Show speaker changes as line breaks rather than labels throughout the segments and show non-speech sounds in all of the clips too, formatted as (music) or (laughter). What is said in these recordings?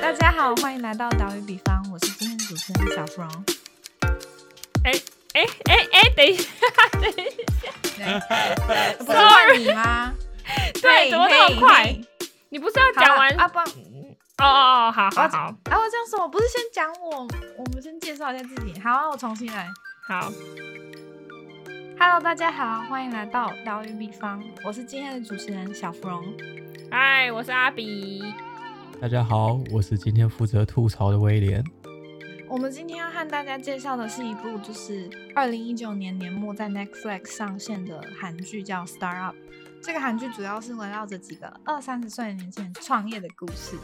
大家好，欢迎来到岛屿比方，我是今天的主持人小芙蓉。
哎哎哎哎，等一下，等一下，
呃不是换你吗？
哎 (laughs) 对，怎么那么快？你不是要讲完？
啊不，哦
哦哦，好好好
啊，我这样说，我不是先讲我，我们先介绍一下自己。好，我重新来。
好，
Hello，大家好，欢迎来到岛屿比方，我是今天的主持人小芙蓉。
嗨，我是阿比。
大家好，我是今天负责吐槽的威廉。
我们今天要和大家介绍的是一部就是二零一九年年末在 Netflix 上线的韩剧，叫《Star Up》。这个韩剧主要是围绕着几个二三十岁的年轻人创业的故事。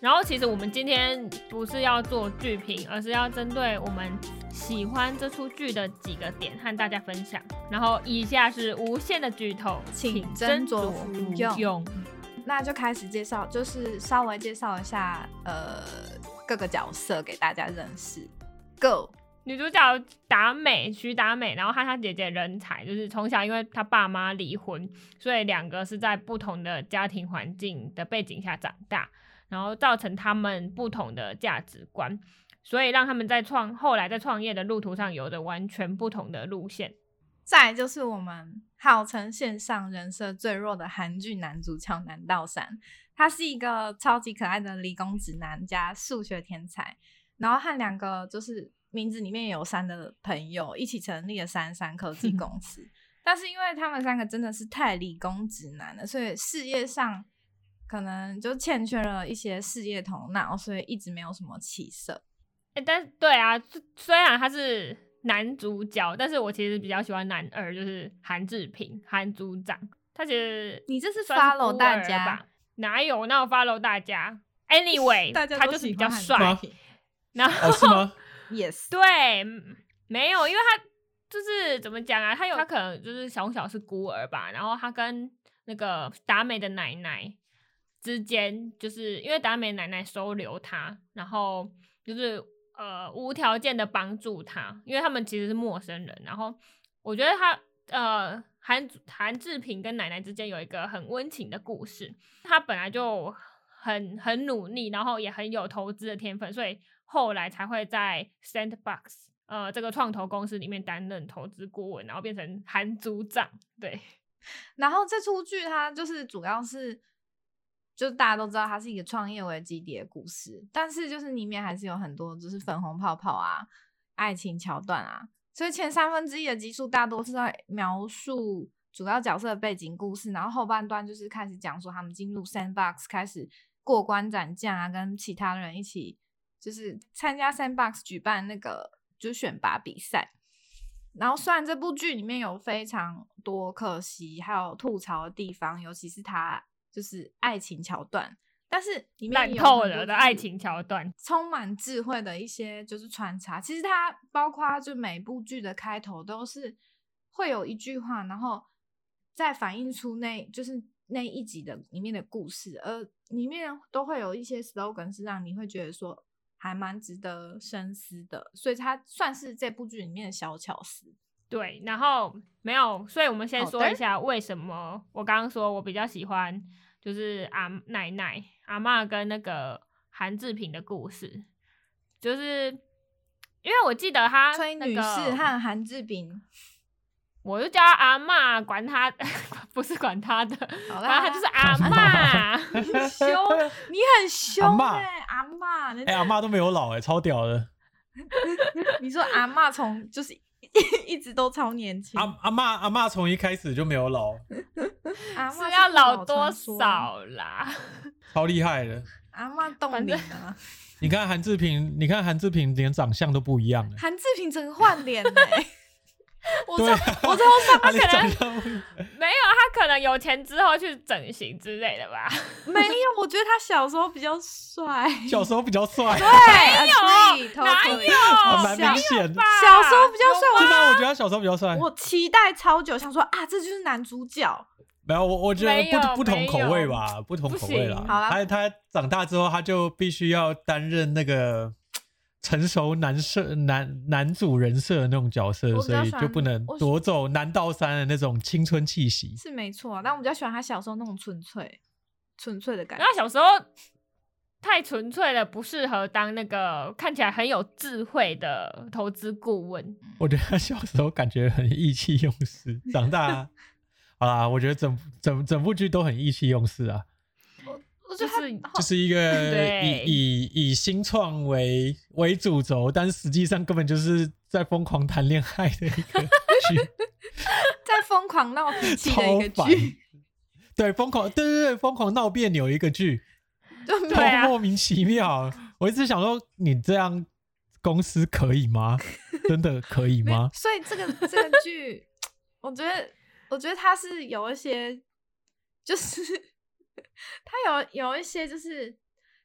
然后其实我们今天不是要做剧评，而是要针对我们喜欢这出剧的几个点和大家分享。然后以下是无限的剧透，
请
请
斟
酌
酌服用
用。
那就开始介绍，就是稍微介绍一下呃各个角色给大家认识。Go，
女主角达美，徐达美，然后和她姐姐人才，就是从小因为她爸妈离婚，所以两个是在不同的家庭环境的背景下长大，然后造成他们不同的价值观，所以让他们在创后来在创业的路途上有着完全不同的路线。
再来就是我们号称线上人设最弱的韩剧男主角南道山，他是一个超级可爱的理工直男加数学天才，然后和两个就是名字里面有山的朋友一起成立了三三科技公司。但是因为他们三个真的是太理工直男了，所以事业上可能就欠缺了一些事业头脑，所以一直没有什么起色。
哎、但对啊，虽虽然他是男主角，但是我其实比较喜欢男二，就是韩志平、韩组长。他其实
你这是
算是
follow
孤
大
儿
家
吧？哪有？那我 follow 大家？Anyway，
(laughs) 大家
他
都
就是
喜
比较
欢韩
帅
剧。
然
哦，
后
是吗？
Yes，
对，嗯没有，因为他就是怎么讲啊？他有他可能就是从小是孤儿吧，然后他跟那个达美的奶奶之间，就是因为达美奶奶收留他，然后就是呃无条件的帮助他，因为他们其实是陌生人。然后我觉得他呃韩韩志平跟奶奶之间有一个很温情的故事，他本来就很很努力，然后也很有投资的天分，所以后来才会在 Sandbox 呃这个创投公司里面担任投资顾问，然后变成韩组长。对，
然后这出剧它就是主要是，就是大家都知道它是一个创业为基底的故事，但是就是里面还是有很多就是粉红泡泡啊、爱情桥段啊，所以前三分之一的集数大多是在描述主要角色的背景故事，然后后半段就是开始讲说他们进入 Sandbox 开始过关斩将啊，跟其他人一起就是参加 Sandbox 举办那个就选拔比赛。然后虽然这部剧里面有非常多可惜还有吐槽的地方，尤其是他就是爱情桥段，但是里面
烂
也有很
透
多
了
就
的
是
爱情桥段。
充满智慧的一些就是穿插。其实它包括就每部剧的开头都是会有一句话，然后再反映出那就是那一集的里面的故事，而里面都会有一些 slogan 是让你会觉得说还蛮值得深思的，所以它算是这部剧里面的小巧思。
对，然后没有，所以我们先
好
说
的
一下为什么我刚刚说我比较喜欢就是阿奶奶、阿嬷跟那个韩志平的故事，就是因为我记得他
崔
那
女士
个
和韩志平，
我就叫他阿嬷，管他 (laughs) 不是管他的，
好
然
啦，
后他就是阿嬷。
很凶，你很凶
嬷
哎、阿妈，人
(laughs) 哎、阿妈都没有老哎、超屌的。
你说阿嬷从就是一 (laughs) 直都超年轻，
阿阿妈阿妈从一开始就没有老，
阿嬷
(laughs) 是要
个
老多
传说啊？
少啦？
超厉害的。
阿嬷冻龄了，
你看韩志平，你看韩志平连长相都不一样
(laughs)
哎、
韩志平整个换脸嘞、我
对
从
啊
我从上
他
面
连长相不一样
没有，他可能有钱之后去整形之类的吧。
(laughs) 没有，我觉得他小时候比较帅，
小时候比较
(laughs) 哎
帅，
啊对，agree，
哪
totally
有
还哦蛮
小
明显的。
小时候比较帅，
真的，我觉得他小时候比较帅。
我期待超久，想说啊，这就是男主角。
没有，我我觉得
没有
不不同口
没
味
有
吧，不同
不
口味啦
行。
好啦
他他长大之后，他就必须要担任那个成熟男设男男主人设的那种角色
我，比
所
较
以
喜欢
就不能
我喜
夺走南道山的那种青春气息。
是没错啊，但我比较喜欢他小时候那种纯粹、纯粹的感
然
觉
后。小时候太纯粹了，不适合当那个看起来很有智慧的投资顾问。
我觉得他小时候感觉很意气用
(laughs)
事，长大好啦，我觉得整整整部剧都很意气用事啊，
我觉
就
得他
是
就是一个以
对
以以新创为为主轴，但实际上根本就是在疯狂谈恋爱的一个剧。
在疯狂闹脾气的
超
一个
烦
剧，。
(laughs) 对，疯狂，对对对，疯狂闹别扭一
(laughs)
个剧，
就没
超
对啊
莫名其妙。我一直想说，你这样公司可以吗？真的可以
没有 (laughs)
吗？
所以这个这个剧，我觉得，我觉得它是有一些，就是 (laughs) 它有有一些，就是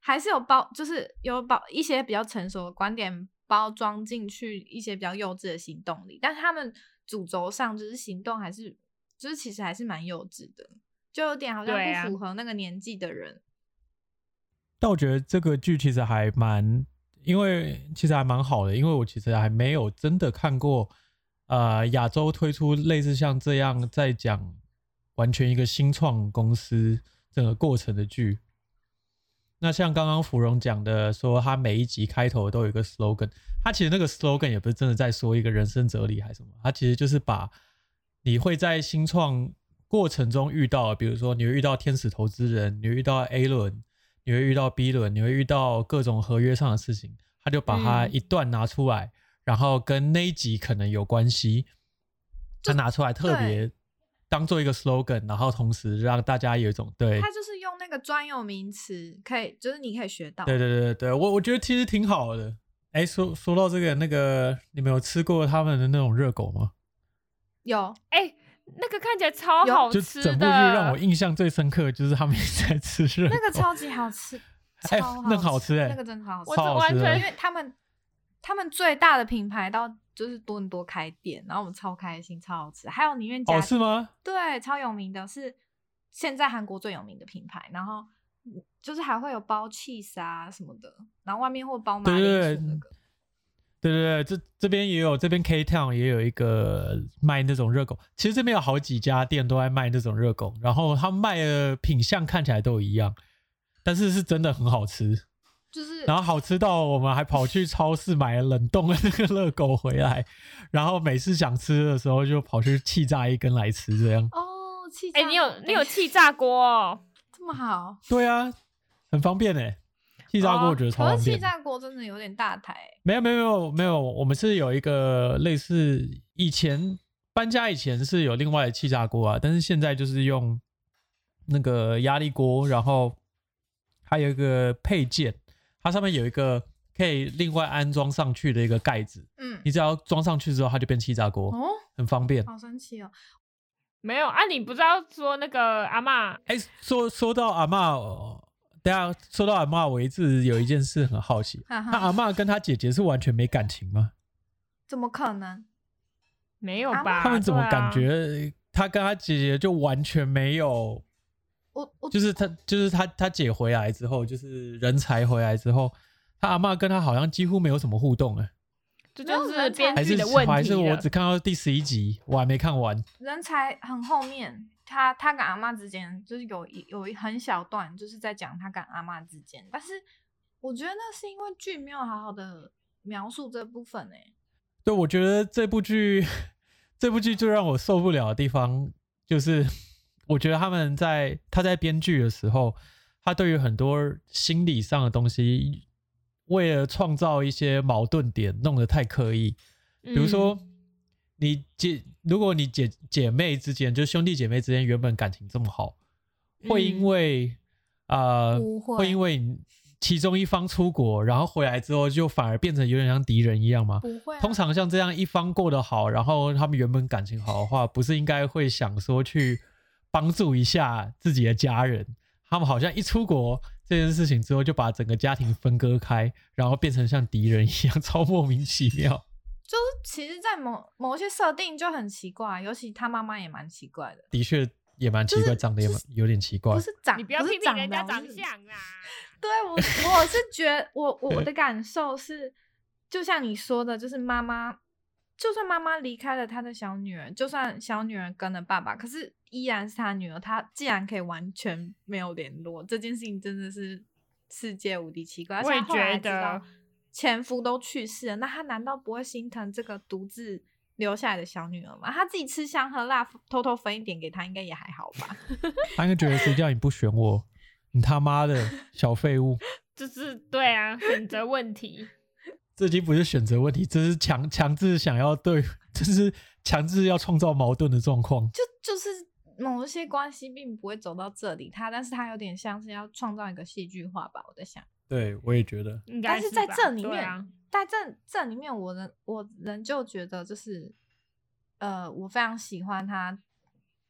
还是有包，就是有包一些比较成熟的观点包装进去一些比较幼稚的行动里，但他们主轴上就是行动还是就是其实还是蛮幼稚的，就有点好像
对啊
不符合那个年纪的人。
但我觉得这个剧其实还蛮，因为其实还蛮好的，因为我其实还没有真的看过，呃，亚洲推出类似像这样在讲完全一个新创公司整个过程的剧。那像刚刚芙蓉讲的，说他每一集开头都有一个 slogan，他其实那个 slogan 也不是真的在说一个人生哲理还是什么，他其实就是把你会在新创过程中遇到的，比如说你会遇到天使投资人，你会遇到 A 轮，你会遇到 B 轮，你会遇到各种合约上的事情，他就把它
嗯
一段拿出来，然后跟那一集可能有关系，他拿出来特别当做一个 slogan，然后同时让大家有一种对
他就是用那个专有名词，可以就是你可以学到。
对对对对对，我我觉得其实挺好的。哎，
嗯
说说到这个，那个你们有吃过他们的那种热狗吗？
有
哎、那个看起来超
有
好
就
吃的，
整部剧让我印象最深刻的就是他们一直在吃热狗，
那个超级好吃，
(laughs) 哎
超
那个好吃哎
那个真的好
我
吃。
超好
完
吃的
全
因为他们他们最大的品牌到就是多伦多开店，然后我们超开心，超好吃。还有里面加、
哦是吗？
对超有名的是现在韩国最有名的品牌，然后就是还会有包 cheese 啊什么的，然后外面会包马
对
铃
对对
薯那个。
对对对，这这边也有，这边 K Town 也有一个卖那种热狗。其实这边有好几家店都在卖那种热狗，然后他们卖的品相看起来都一样，但是是真的很好吃。
就是
然后好吃到我们还跑去超市买了冷冻的那个热狗回来，然后每次想吃的时候就跑去气炸一根来吃，这样。
哦，气炸
哎、你有你
(laughs)
有气炸锅哦，
这么好？
对啊，很方便哎、气炸锅
哦
我觉得超
可
方
是
便
气
的。
炸锅真的有点大台、
没有没有没有没有，我们是有一个类似以前搬家以前是有另外的气炸锅啊，但是现在就是用那个压力锅，然后还有一个配件，它上面有一个可以另外安装上去的一个盖子，
嗯，
你只要装上去之后，它就变气炸锅，
哦，
很方便。
好神奇哦。
没有啊？你不知道说那个阿嬷
哎、说说到阿嬷，哦等一下说到阿嬷，我一直有一件事很好奇，
哈
那
哈，
阿嬷跟她姐姐是完全没感情吗？
怎么可能？
没有
阿嬷
吧？
他们怎么
对啊
感觉他跟他姐姐就完全没有？
我我
就是他，就是他，他姐回来之后，就是人才回来之后，他阿嬷跟他好像几乎没有什么互动、欸，
这
没有
就是
人才
编
还
剧
是
的问题
还是我
了
只看到第十一集，我还没看完。
人才很后面，他他跟阿嬷之间就是有一有一很小段就是在讲他跟阿嬷之间，但是我觉得那是因为剧没有好好的描述这部分欸诶、
对，我觉得这部剧，这部剧最让我受不了的地方就是，我觉得他们在他在编剧的时候，他对于很多心理上的东西，为了创造一些矛盾点，弄得太刻意。比如说，你姐，如果你姐姐妹之间，就兄弟姐妹之间原本感情这么好，会因
嗯
为啊、呃
误会
会因为你其中一方出国，然后回来之后就反而变成有点像敌人一样吗？
不会、啊，
通常像这样一方过得好，然后他们原本感情好的话，不是应该会想说去帮助一下自己的家人？他们好像一出国这件事情之后，就把整个家庭分割开，然后变成像敌人一样， (laughs) 超莫名其妙。
就是其实，在某某些设定就很奇怪，啊尤其他妈妈也蛮奇怪的，
的确也蛮奇怪，长得也蛮有点奇怪
不。是长
嗯你不要
是
批评
长
人
得
家
我
长
是
相啊啦。
(laughs) 对我，我是觉得我我的感受是，就像你说的，就是妈妈，就算妈妈离开了她的小女儿，就算小女儿跟了爸爸，可是依然是她女儿，她既然可以完全没有联络，这件事情真的是世界无敌奇怪。而
我
且
也
后来
觉
知道
得，
前夫都去世了，那她难道不会心疼这个独自留下来的小女儿吗？她自己吃香喝辣，偷偷分一点给她，应该也还好吧？
他应该觉得谁叫你不选我，你他妈的小废物！
就是对啊，选择问题。
这已经不是选择问题，这是强强制想要对，这是强制要创造矛盾的状况。
就就是某一些关系并不会走到这里，她但是她有点像是要创造一个戏剧化吧，我在想。
对，我也觉得，
应该
但
是
在
吧
这里
对
面，
啊、
在这这里面，我仍我仍旧觉得就是，呃，我非常喜欢他。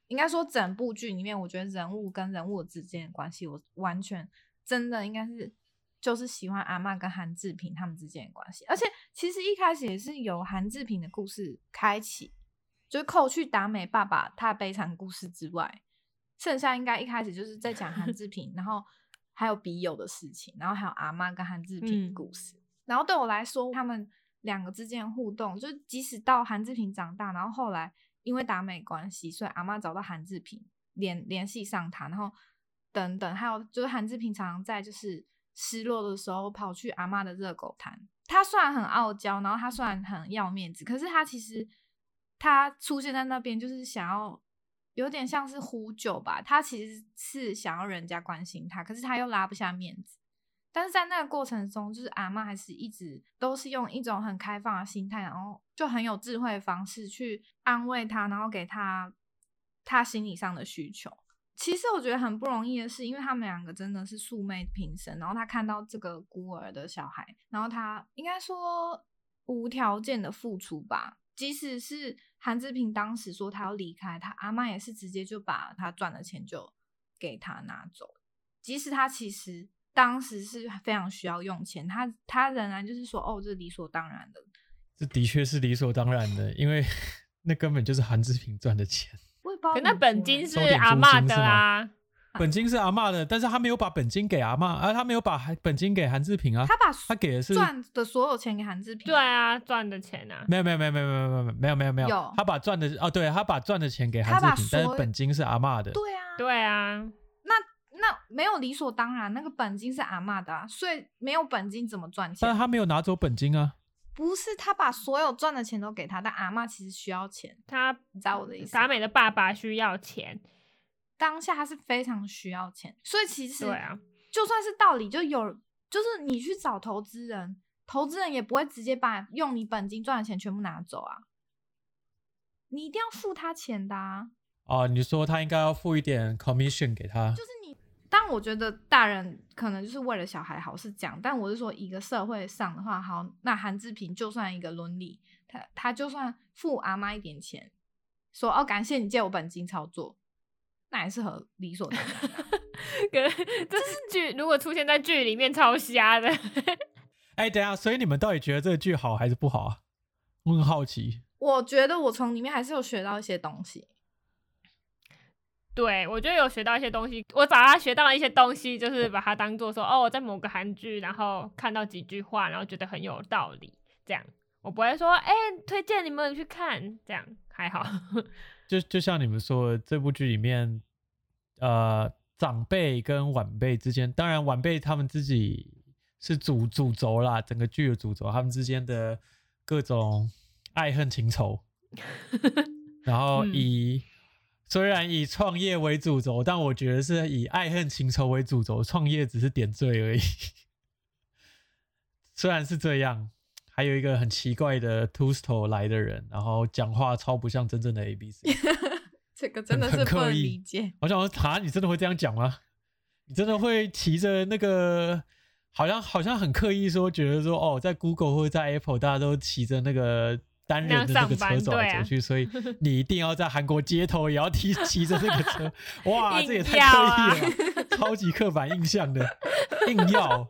应该说，整部剧里面，我觉得人物跟人物之间的关系，我完全真的应该是就是喜欢阿嬷跟韩志平他们之间的关系。而且，其实一开始也是由韩志平的故事开启，就是扣去达美爸爸他的悲惨故事之外，剩下应该一开始就是在讲韩志平，然后还有笔友的事情，然后还有阿嬷跟韩志平的
嗯
故事。然后对我来说，他们两个之间的互动，就是即使到韩志平长大，然后后来因为达美关系，所以阿妈找到韩志平联联系上他，然后等等，还有就是韩志平常常在就是失落的时候跑去阿妈的热狗摊。他虽然很傲娇，然后他虽然很要面子，可是他其实他出现在那边就是想要。有点像是呼救吧，他其实是想要人家关心他，可是他又拉不下面子，但是在那个过程中，就是阿嬷还是一直都是用一种很开放的心态，然后就很有智慧的方式去安慰他，然后给他他心理上的需求。其实我觉得很不容易的是，因为他们两个真的是素昧平生，然后他看到这个孤儿的小孩，然后他应该说无条件的付出吧。即使是韩志平当时说他要离开他，阿嬷也是直接就把他赚的钱就给他拿走。即使他其实当时是非常需要用钱，他他仍然就是说，哦，这理所当然的。
这的确是理所当然的，因为那根本就是韩志平赚的钱，
我也不知道
可
怎么说欸，
那本金是
收点
阿
租
嬷
金
的
是吗
啊，
本金是阿嬷的，但是他没有把本金给阿嬷，而、他没有把韩本金给韩志平啊，
他把
他给的是
赚的所有钱给韩志平，
对，啊，赚的钱啊，
没有没有没有没有没有没有没有没有
有
他把赚的哦，对他把赚的钱给韩
他把
志平，但是
所有
本金是阿嬷的，
对啊，
对啊，
那没有理所当然，那个本金是阿嬷的、啊，所以没有本金怎么赚
但
钱
是？他没有拿走本金啊，
不是他把所有赚的钱都给他，但阿嬷其实需要钱，
他
你知道我的意思吗？
达美的爸爸需要钱，
当下他是非常需要钱，所以其实
对啊，
就算是道理，就有就是你去找投资人，投资人也不会直接把用你本金赚的钱全部拿走啊，你一定要付他钱的啊。
哦，你说他应该要付一点 commission 给他，
但我觉得大人可能就是为了小孩好是这样，但我是说一个社会上的话，好，那韩志平就算一个伦理，他他就算付阿妈一点钱，说哦感谢你借我本金操作，那也是合理所当然的 (laughs) 啊。
可 (laughs) 是这剧如果出现在剧里面超瞎的，
哎、等一下，所以你们到底觉得这个剧好还是不好啊？我很好奇。
我觉得我从里面还是有学到一些东西，
对我觉得有学到一些东西，我把它学到了一些东西，就是把它当做说哦，我在某个韩剧然后看到几句话，然后觉得很有道理，这样我不会说哎、推荐你们去看，这样还好， (laughs)
就就像你们说的，这部剧里面，呃，长辈跟晚辈之间，当然晚辈他们自己是主主轴啦，整个剧的主轴，他们之间的各种爱恨情仇，然后
嗯
以、虽然以创业为主轴，但我觉得是以爱恨情仇为主轴，创业只是点缀而已。 (laughs) 虽然是这样，还有一个很奇怪的 t o s t o 来的人，然后讲话超不像真正的 A B C。
这个真的
很
是
很
不
刻
能
意
理解。
我想说，哈，你真的会这样讲吗？你真的会骑着那个，好像好像很刻意说，觉得说，哦，在 Google 或者在 Apple，大家都骑着那个单人的那个
那样上班
车走来
对
走
啊
去，所以你一定要在韩国街头也要骑骑着那个车，
(laughs)
哇，
硬啊
这也太刻意了吧，超级刻板印象的，硬要。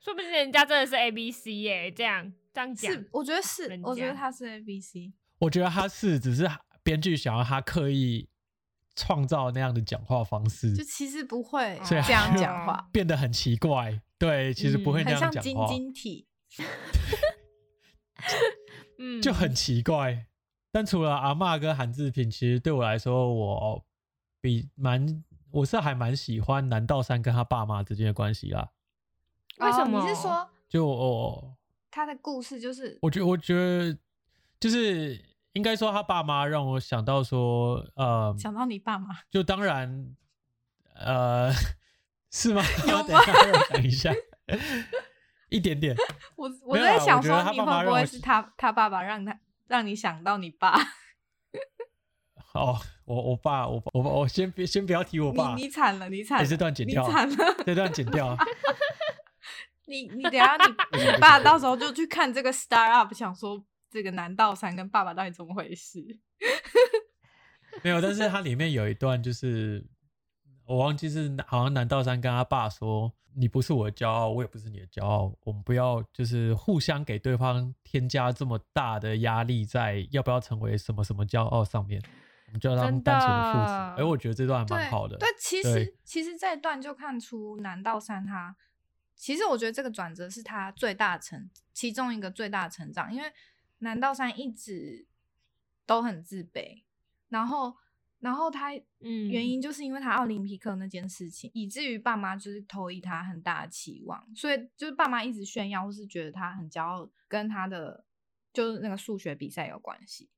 说不定人家真的是 A B C 耶、这样这样讲
是，我觉得是
人，
我觉得
家
他是 A B C，
我觉得他是只是编剧想要他刻意创造那样的讲话方式
就，其实不会
所以
这样
还是
讲话，
变得很奇怪。对，其实不啊会
很
那样
像
讲
晶
话。
晶体。
嗯
就很奇怪。但除了阿嬷跟韩志平，其实对我来说，我比蛮我是还蛮喜欢南道山跟他爸妈之间的关系啦。
为什么？
哦你是说
就我
他的故事就是
我觉我觉得就是应该说他爸妈让我想到说，呃，
想到你爸妈？ (laughs)
就当然，呃，是吗？
(laughs) 有
等一下，让我想一下，一点点。
我我
没有
在
啦
想
我觉得
说
他
你
爸妈
会
让
不会
我
是他他爸爸让他让你想到你爸？
哦，我我爸，我我我先别先不要提 (laughs) 我爸
你，你惨了，你惨
哎
了，
这段剪掉
你惨了。
这段剪掉。
(laughs) 你你等一
(laughs)
下你你爸到时候就去看这个 star up，想说这个南道山跟爸爸到底怎么回事？
没有，但是它里面有一段就是我忘记是好像南道山跟他爸说：“你不是我的骄傲，我也不是你的骄傲，我们不要就是互相给对方添加这么大的压力在要不要成为什么什么骄傲上面，我们就让他们
真的
单纯的父子。”哎，我觉得这段还
对
蛮好的。
对，其
对
实其实这一段就看出南道山他，其实我觉得这个转折是他最大的成其中一个最大的成长，因为南道山一直都很自卑，然后然后他
嗯
原因就是因为他奥林匹克那件事情，以至于爸妈就是投以他很大的期望，所以就是爸妈一直炫耀或是觉得他很骄傲，跟他的就是那个数学比赛有关系。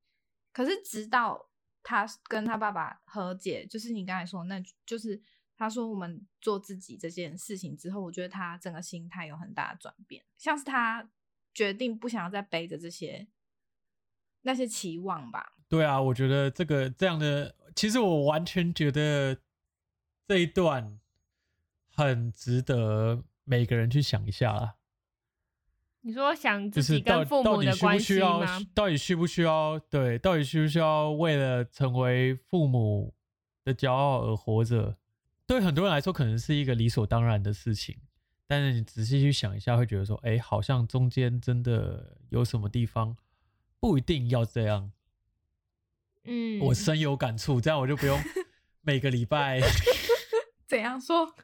可是直到他跟他爸爸和解，就是你刚才说的那，就是他说我们做自己这件事情之后，我觉得他整个心态有很大的转变，像是他决定不想要再背着这些那些期望吧。
对啊，我觉得这个这样的，其实我完全觉得这一段很值得每个人去想一下啦。
你说想
就
自
是
己
到
跟父
到
母
底
的
需不
关
需
系
要
吗？，
到底需不需要，对，到底需不需要为了成为父母的骄傲而活着？对很多人来说，可能是一个理所当然的事情，但是你仔细去想一下，会觉得说，哎，好像中间真的有什么地方不一定要这样。
嗯，
我深有感触，这样我就
(laughs)
不用每个礼拜 (laughs)
怎样说？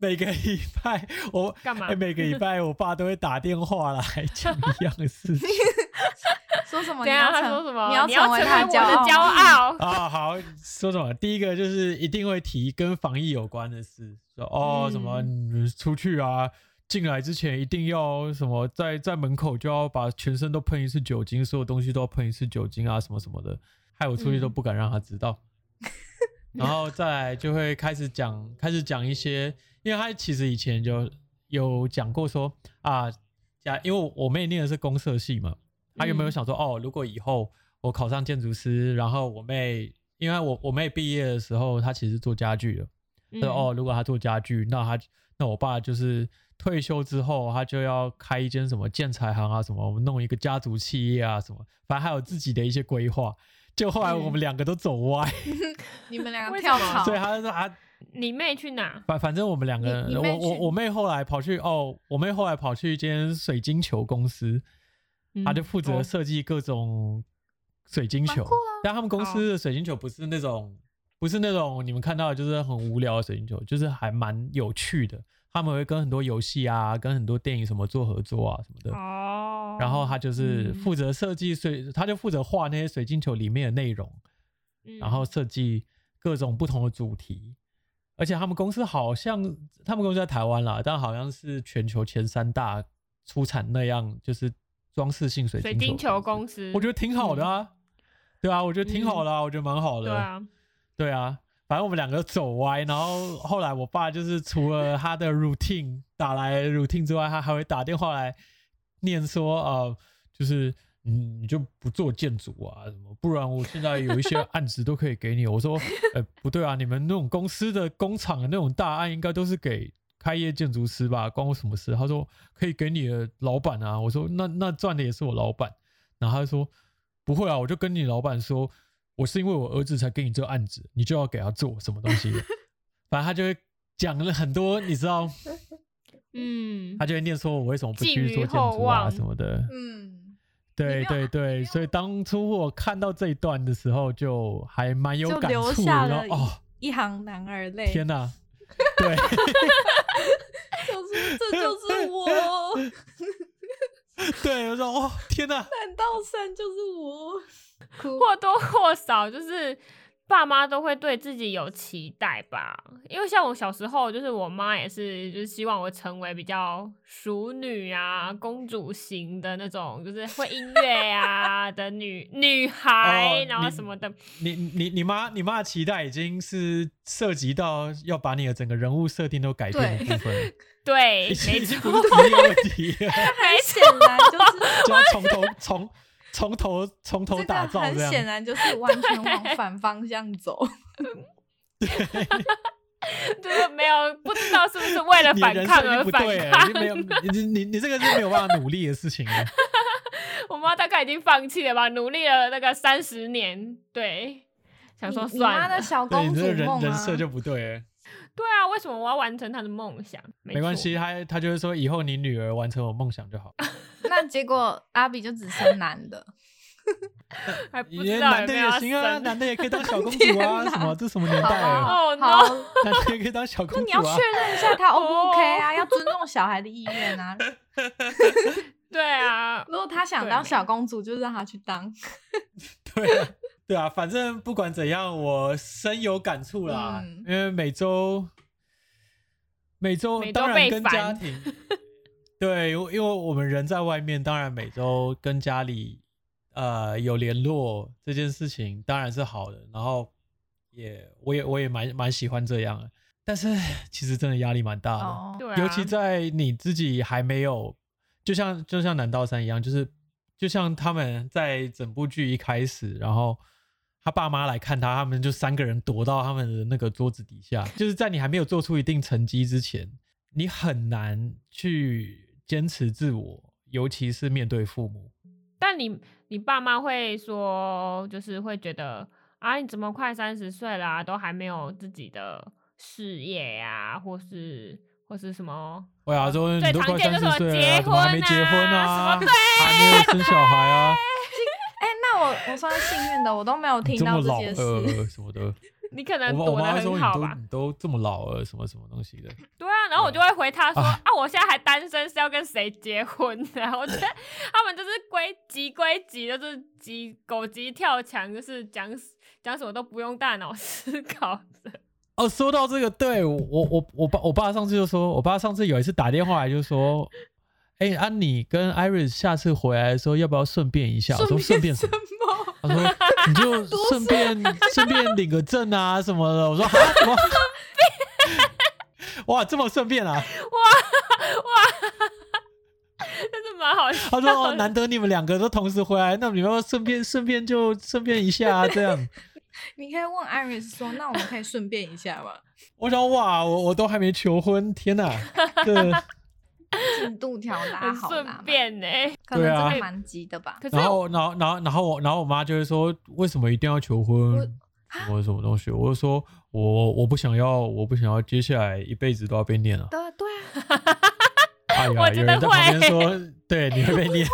每个礼拜我
干嘛
哎每个礼拜我爸都会打电话来讲一样的事情。
啊说什么？哦你
等一下
要
他
成
说什么？
你
你
要成
为
为他
我
骄
的骄傲。
啊，好，说什么？第一个就是一定会提跟防疫有关的事，说哦什么你出去啊，进来之前一定要什么，在在门口就要把全身都喷一次酒精，所有东西都要喷一次酒精啊，什么什么的，害我出去都
嗯
不敢让他知道。然后再来就会开始讲，开始讲一些，因为他其实以前就有讲过说啊，假因为我我妹念的是公社系嘛，她有没有
嗯
想说、哦，如果以后我考上建筑师，然后我妹，因为我我妹毕业的时候，她其实做家具的，
嗯
她说、哦，如果她做家具，那她那我爸就是退休之后，他就要开一间什么建材行啊，什么我们弄一个家族企业啊，什么，反正还有自己的一些规划。就后来我们两个都走歪，
你们两个
为
跳
什么
槽，
所以他就说啊，
你妹去哪？
反反正我们两个
你你
人，
妹
我我
去
我妹后来跑去哦，我妹后来跑去一间水晶球公司，她就负责
哦
设计各种水晶
嗯
球，
蛮酷的啊哦
但他们公司的水晶球不是那种不是那种你们看到的就是很无聊的水晶球，就是还蛮有趣的。他们会跟很多游戏啊，跟很多电影什么做合作啊什么的。
哦，
然后他就是
嗯
负责设计水，他就负责画那些水晶球里面的内容。
嗯
然后设计各种不同的主题，而且他们公司好像他们公司在台湾啦，但好像是全球前三大出产那样就是装饰性水
水
晶
晶球
公司，
公司，嗯
我觉得挺好的啊，对啊，我觉得挺好的啊，我觉得蛮好的，
对啊，
对啊，反正我们两个走歪，然后后来我爸就是除了他的 routine 打来 routine 之外，他还会打电话来念说，呃，就是你你就不做建筑啊什么，不然我现在有一些案子都可以给你。我说，呃，不对啊，你们那种公司的工厂的那种大案应该都是给。开业建筑师吧，关我什么事？他说可以给你的老板啊。我说那那赚的也是我老板。然后他就说不会啊，我就跟你老板说，我是因为我儿子才给你这个案子，你就要给他做什么东西的。反正他就会讲了很多，你知道，
嗯，
他就会念说我为什么不
寄
去
予
做建
厚
筑啊
望
什么的。
嗯，
对
你没有
对对，所以当初我看到这一段的时候，就还蛮有
就
感
留
触
下
的。
了
然后哦，
一行男儿泪。
天哪！对， (laughs)
就是这就是我， (laughs)
对，我说哦，天哪！
难道山就是我？哭
或多或少就是爸妈都会对自己有期待吧，因为像我小时候，就是我妈也是，就是希望我成为比较淑女啊、公主型的那种，就是会音乐啊的女女孩，
哦
然后
你
什么的。
你你你妈你妈的期待已经是涉及到要把你的整个人物设定都改变的部分了，
对，
已
没
经
错，
不是问题了，
很显然就是
(laughs) 就要从头从从头从头
这
打
个
造
很
这
显
样。
然就是完全往反方 (laughs) 向走。
就是没有不知道是不是为了
你的
反
人
抗
设已
而
经不
反
对欸了，
抗
已。
(laughs)
经没有你你你这个是没有办法努力的事情了。
我妈大概已经放弃了吧，努力了那个三十年，对，想说
你你妈
算了
的。小
对，
公
你
主
这个人
梦
人
啊
设，就不对了。
对啊，为什么我要完成她的梦想？
没关
错
系，他他就是说以后你女儿完成我梦想就
(laughs)
好。
那结果阿比就只生男的，
还不
也
知道
男
有
的
没有要
也行啊，
生。
男的也可
(laughs)
以当小公主啊，
天哪
什么这什么年
好
代了，
吧好
哦 no，
男的也可以当小
那
(laughs)
公
你
主
要
啊
确。认一下 (laughs) 他 O 不 OK 啊，
哦
要尊重小孩的意愿啊。
对啊，
如果他想
对
当
没
小公主，就让他去当。
(laughs) 对啊，对啊，反正不管怎样，我深有感触啦，
嗯
因为每周每周
每周
当然
被
跟
烦
家庭，对，因为因为我们人在外面，当然每周跟家里呃有联络这件事情当然是好的，然后也我也我也蛮蛮喜欢这样的，但是其实真的压力蛮大的。
哦，
对啊，
尤其在你自己还没有，就像就像南道山一样，就是就像他们在整部剧一开始，然后他爸妈来看他，他们就三个人躲到他们的那个桌子底下，就是在你还没有做出一定成绩之前，你很难去坚持自我，尤其是面对父母。
但你你爸妈会说，就是会觉得啊，你怎么快三十岁啦、都还没有自己的事业呀、或是或是什么？
我亚洲你
最
都
常
快
见
三
就是
十
什么
岁了，
结
怎么还
婚
没结
啊
婚啊？
什么
还没有生小孩啊？
哎、那我我算是幸运的，我都没有
你
听
这
到
么
这
老
些事。
(laughs) 了什么的，
你可能
我我
躲得
妈说
很
你
好
都
吧？
你都这么老了，什么什么东西的。
对啊，然后我就会回他说
唉
啊，我现在还单身，是要跟谁结婚 (laughs) 呢、我觉得他们就是归集归集，就是鸡狗急跳墙，就是讲讲什么都不用大脑思考的。
哦，说到这个，对我我我爸我爸上次就说，我爸上次有一次打电话来就说，哎、安、啊、妮跟 Iris 下次回来的时候要不要顺便一下？我说顺便什
什
么？
么？
他说你
(laughs)
就顺便顺便领个证啊什么的。我说啊什么？ (laughs) 哇，这么顺便啊！
真的蛮好笑
他说、哦、难得你们两个都同时回来，那你们要不要顺便顺便就顺便一下、啊、这样。
你可以问 Iris 说，那我们可以顺便一下吗？ (laughs)
我想哇，我我都还没求婚，天哪！这
进度条拉
很
好拉嘛
顺，便呢、
可能真
对
的
啊
蛮急的吧。
可是
然后，然后，然后，然后我，然后我妈就会说，为什么一定要求
我啊
婚？我什么东西？我就说，我我不想要，我不想要，接下来一辈子都要被念了。
对对啊，
哎
(laughs)
呀，
我觉
有
得
人在旁边
会
说，对，你会被念，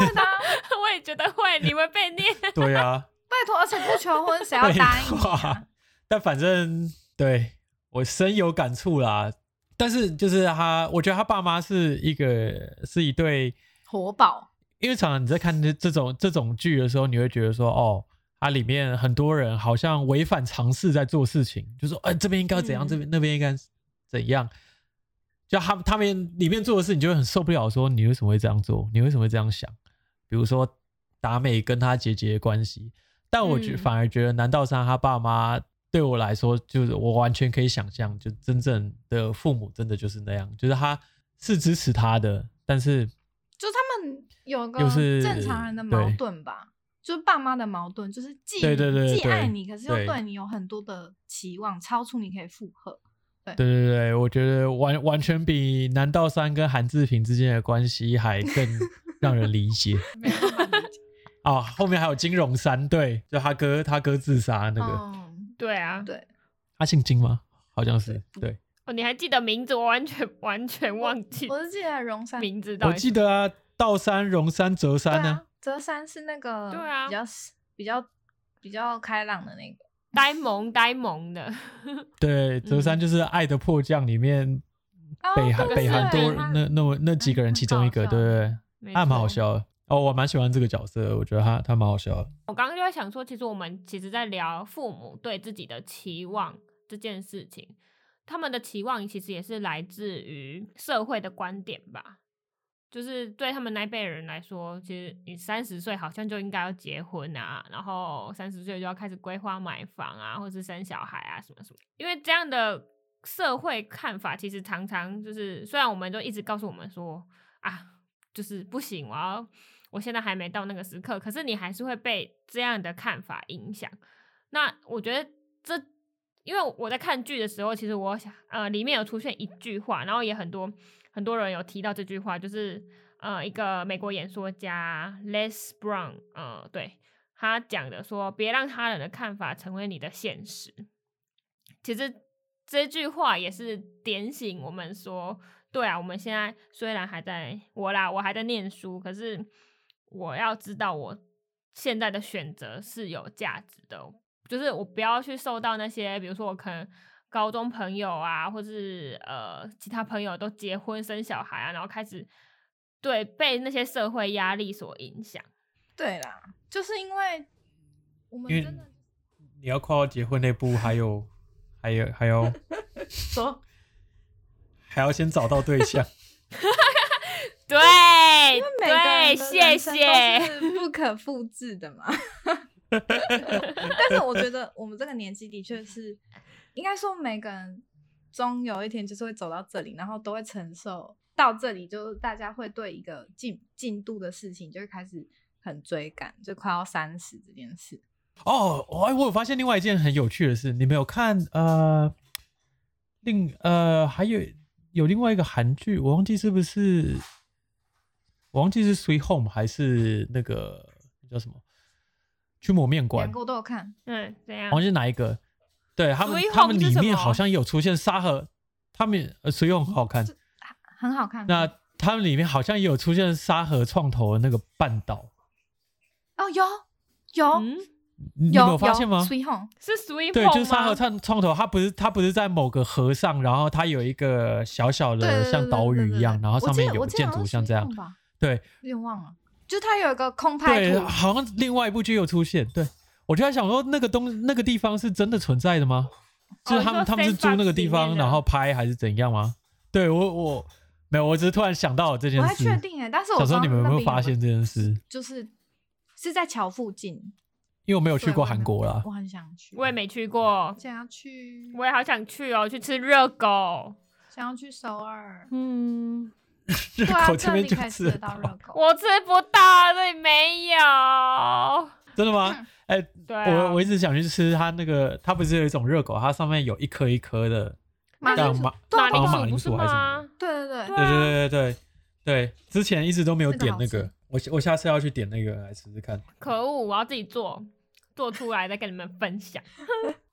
我也觉得会，你会被念。
对呀、
拜托，而且不求婚谁
(laughs) 啊，
要
废
答应你啊？
话。但反正对我深有感触啦。但是就是他，我觉得他爸妈是一个是一对
活宝，
因为常常你在看这这种这种剧的时候，你会觉得说，哦，它里面很多人好像违反常识在做事情，就说，哎、这边应该怎样，
嗯
这边那边应该怎样，就他们他们里面做的事，你就会很受不了说你为什么会这样做，你为什么会这样想？比如说达美跟他姐姐的关系，但我觉、
嗯
反而觉得南道山他爸妈对我来说，就是我完全可以想象，就真正的父母真的就是那样，就是他是支持他的，但是。
就他们有个
就是
正常人的矛
对
盾吧，就是爸妈的矛盾，就是既
对对对
既
对
爱你，可是又
对
对你有很多的期望，超出你可以负荷。
对对对，我觉得完完全比南道山跟韩志平之间的关系还更让人理解
(laughs) 没有办法理解
啊、后面还有金融山，对，就他哥他哥自杀那个，
嗯，
对啊，
对
他姓金吗？好像是，对，
哦，你还记得名字？我完全完全忘记
我是记得荣山，
名字到
我
底是。
记得啊，道山、荣山、泽
对
山呢、
啊，泽山是那个
对啊
比较比较比较开朗的那个，
呆萌呆萌的，
对，泽山就是《爱的迫降》里面
哦
北韩、
对
北韩
对
多
他
那那么那几个人其中一个，
很搞
对不对？
没
还蛮好
错
笑的。哦，我蛮喜欢这个角色，我觉得他他蛮好笑的。
我刚刚就在想说，其实我们其实在聊父母对自己的期望这件事情，他们的期望其实也是来自于社会的观点吧。就是对他们那一辈人来说，其实你三十岁好像就应该要结婚啊，然后三十岁就要开始规划买房啊，或是生小孩啊，什么什么。因为这样的社会看法，其实常常就是，虽然我们都一直告诉我们说啊，就是不行，我要我现在还没到那个时刻，可是你还是会被这样的看法影响。那我觉得这，因为我在看剧的时候，其实我想，呃，里面有出现一句话，然后也很多很多人有提到这句话，就是呃，一个美国演说家 Les Brown，呃，对他讲的说，别让他人的看法成为你的现实。其实这句话也是点醒我们说，对啊，我们现在虽然还在我啦，我还在念书，可是我要知道我现在的选择是有价值的，哦就是我不要去受到那些，比如说我可能高中朋友啊，或是呃其他朋友都结婚生小孩啊，然后开始对被那些社会压力所影响。
对啦，就是因为我们
因为
真的
你要跨到结婚那步，还有还有还有
说，
还要先找到对象。
对，
每个
对，
人的
谢
人生
谢。
都是不可复制的
(laughs)
嘛。但是我觉得我们这个年纪的确是，应该说每个人终有一天就是会走到这里，然后都会承受到这里，就是大家会对一个进进度的事情就会开始很追赶，就快要三十这件事。
(laughs) 哦，我、我有发现另外一件很有趣的事，你们有看呃，另呃还有有另外一个韩剧，我忘记是不是，我忘记是《Sweet Home》还是那个叫什么《驱魔面馆
两》，个我都有看，
嗯，怎样
忘？记是哪一个。对他们
Sweet，
他
Home
们
是
里
什
面
么
好像有出现沙河，他们呃《Sweet Home》很好看，
很好看。
那他们里面好像也有出现沙河创投的那个半岛，
哦，有有、
嗯，
你你
有
们有发现吗？
？Sweet Home，
是 Sweet
对，就是沙河
吗？
创创投，它不是它不是在某个河上，然后它有一个小小
对对
的
对
像
对
岛
对
屿
对
一样，
对
然后
我
上
记
面
得
有
我
个
记得
建
好
筑
是
像这
Sweet
样
Home，吧，
对
有点忘了。就它有一个空拍
对，
图，
好像另外一部剧有出现。对，我就在想说，那个东那个地方是真的存在的吗？
哦
就是他们、
你说
他们是
Sandbox
租那
里
个地
面
方
的
然后拍还是怎样吗？对我我没有，我只是突然想到这件
我
事。
还确定哎、但是我
小时候
不
你
知道
们有
那
没有
边
发现这件事？
就是是在桥附近。
因为我没有去
对
过
我也
韩
没
国啦，
我很想去，
我也没去过，
想要去，
我也好想去哦，去吃热狗。
想要去首尔。
嗯，
日
对
(laughs)
啊，
口这
这
边
里
就
可以吃
吃
得到热狗。
我吃不到，这里没有。
真的吗？哎、
对啊、
我我一直想去吃它那个，它不是有一种热狗，它上面有一颗一颗的，
马
叫
铃薯
马，
对
马
啊
铃
对
薯
啊
不是
马薯还是什么
吗？
对对对
对，啊
对对对对对，之前一直都没有
那个
点
好
那
吃
个，我下我下次要去点那个来试试看。
可恶，我要自己做，做出来再跟你们分享。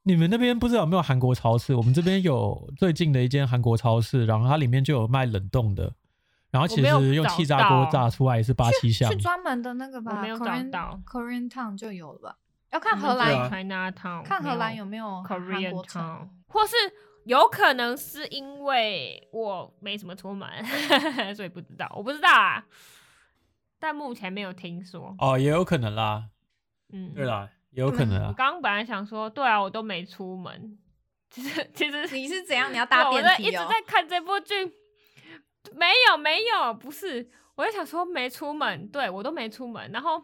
你们那边不知道有没有韩国超市？我们这边有最近的一间韩国超市，然后它里面就有卖冷冻的，然后其
我没有
实用
找
气炸锅
到
炸出来也是八七香
去。专门的那个吧，
我没有找
Korean-
到
Korean Town 就有了吧？要看荷
对
兰
啊，
China Town，
看荷兰有没有哦韩
Korean
国城
Town，。或是有可能是因为我没什么出门， (laughs) 所以不知道，我不知道啊。但目前没有听说。
哦，也有可能啦，
嗯，
对啦，也有可能
我
啊。
刚刚本来想说，对啊，我都没出门。其实其实
你是怎样？你要
对啊
搭电
我在
梯
一直
哦？
在看这部剧，没有没有，不是，我在想说没出门，对我都没出门，然后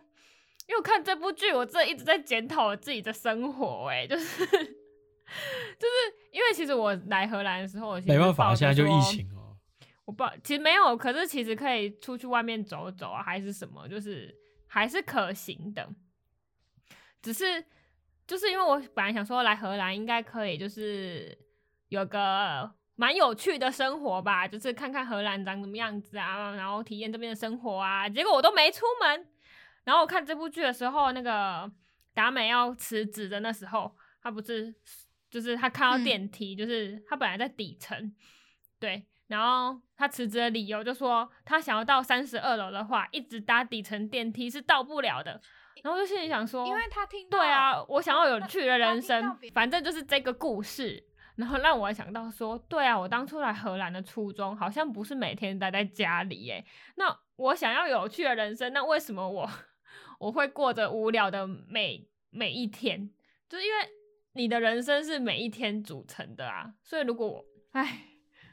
因为我看这部剧，我这一直在检讨我自己的生活、哎，就是 (laughs) 就是因为其实我来荷兰的时候，我其实
没办法，
抱着
现在就疫
说
情哦。
我不，其实没有，可是其实可以出去外面走走啊，还是什么，就是还是可行的。只是就是因为我本来想说来荷兰应该可以，就是有个蛮有趣的生活吧，就是看看荷兰长什么样子啊，然后体验这边的生活啊。结果我都没出门。然后我看这部剧的时候，那个达美要辞职的那时候，他不是就是他看到
嗯
电梯，就是他本来在底层，对，然后他辞职的理由就说他想要到三十二楼的话，一直搭底层电梯是到不了的。然后我就心里想说，啊
因为他听到
对，啊，我想要有趣的人
他听
生
到别，
反正就是这个故事。然后让我想到说，对啊，我当初来荷兰的初衷好像不是每天待在家里耶。那我想要有趣的人生，那为什么我我会过着无聊的每每一天？就是因为你的人生是每一天组成的啊。所以如果我，唉，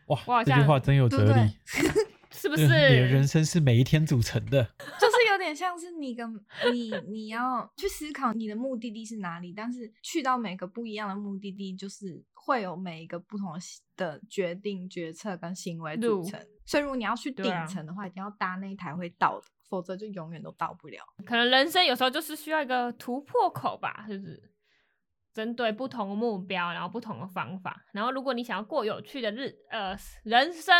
我
哇，
好
这
像
句话真有
对
哲
不
理。
对？
是不
嗯
是？
你的人生是每一天组成的。
(laughs) 就是有点像是你跟你你要去思考你的目的地是哪里，但是去到每个不一样的目的地，就是会有每一个不同的行的决定、决策跟行为组
路
成。所以如果你要去
对啊
顶层的话，一定要搭那一台会到的，否则就永远都到不了。
可能人生有时候就是需要一个突破口吧，就是针对不同的目标，然后不同的方法。然后如果你想要过有趣的日呃人生，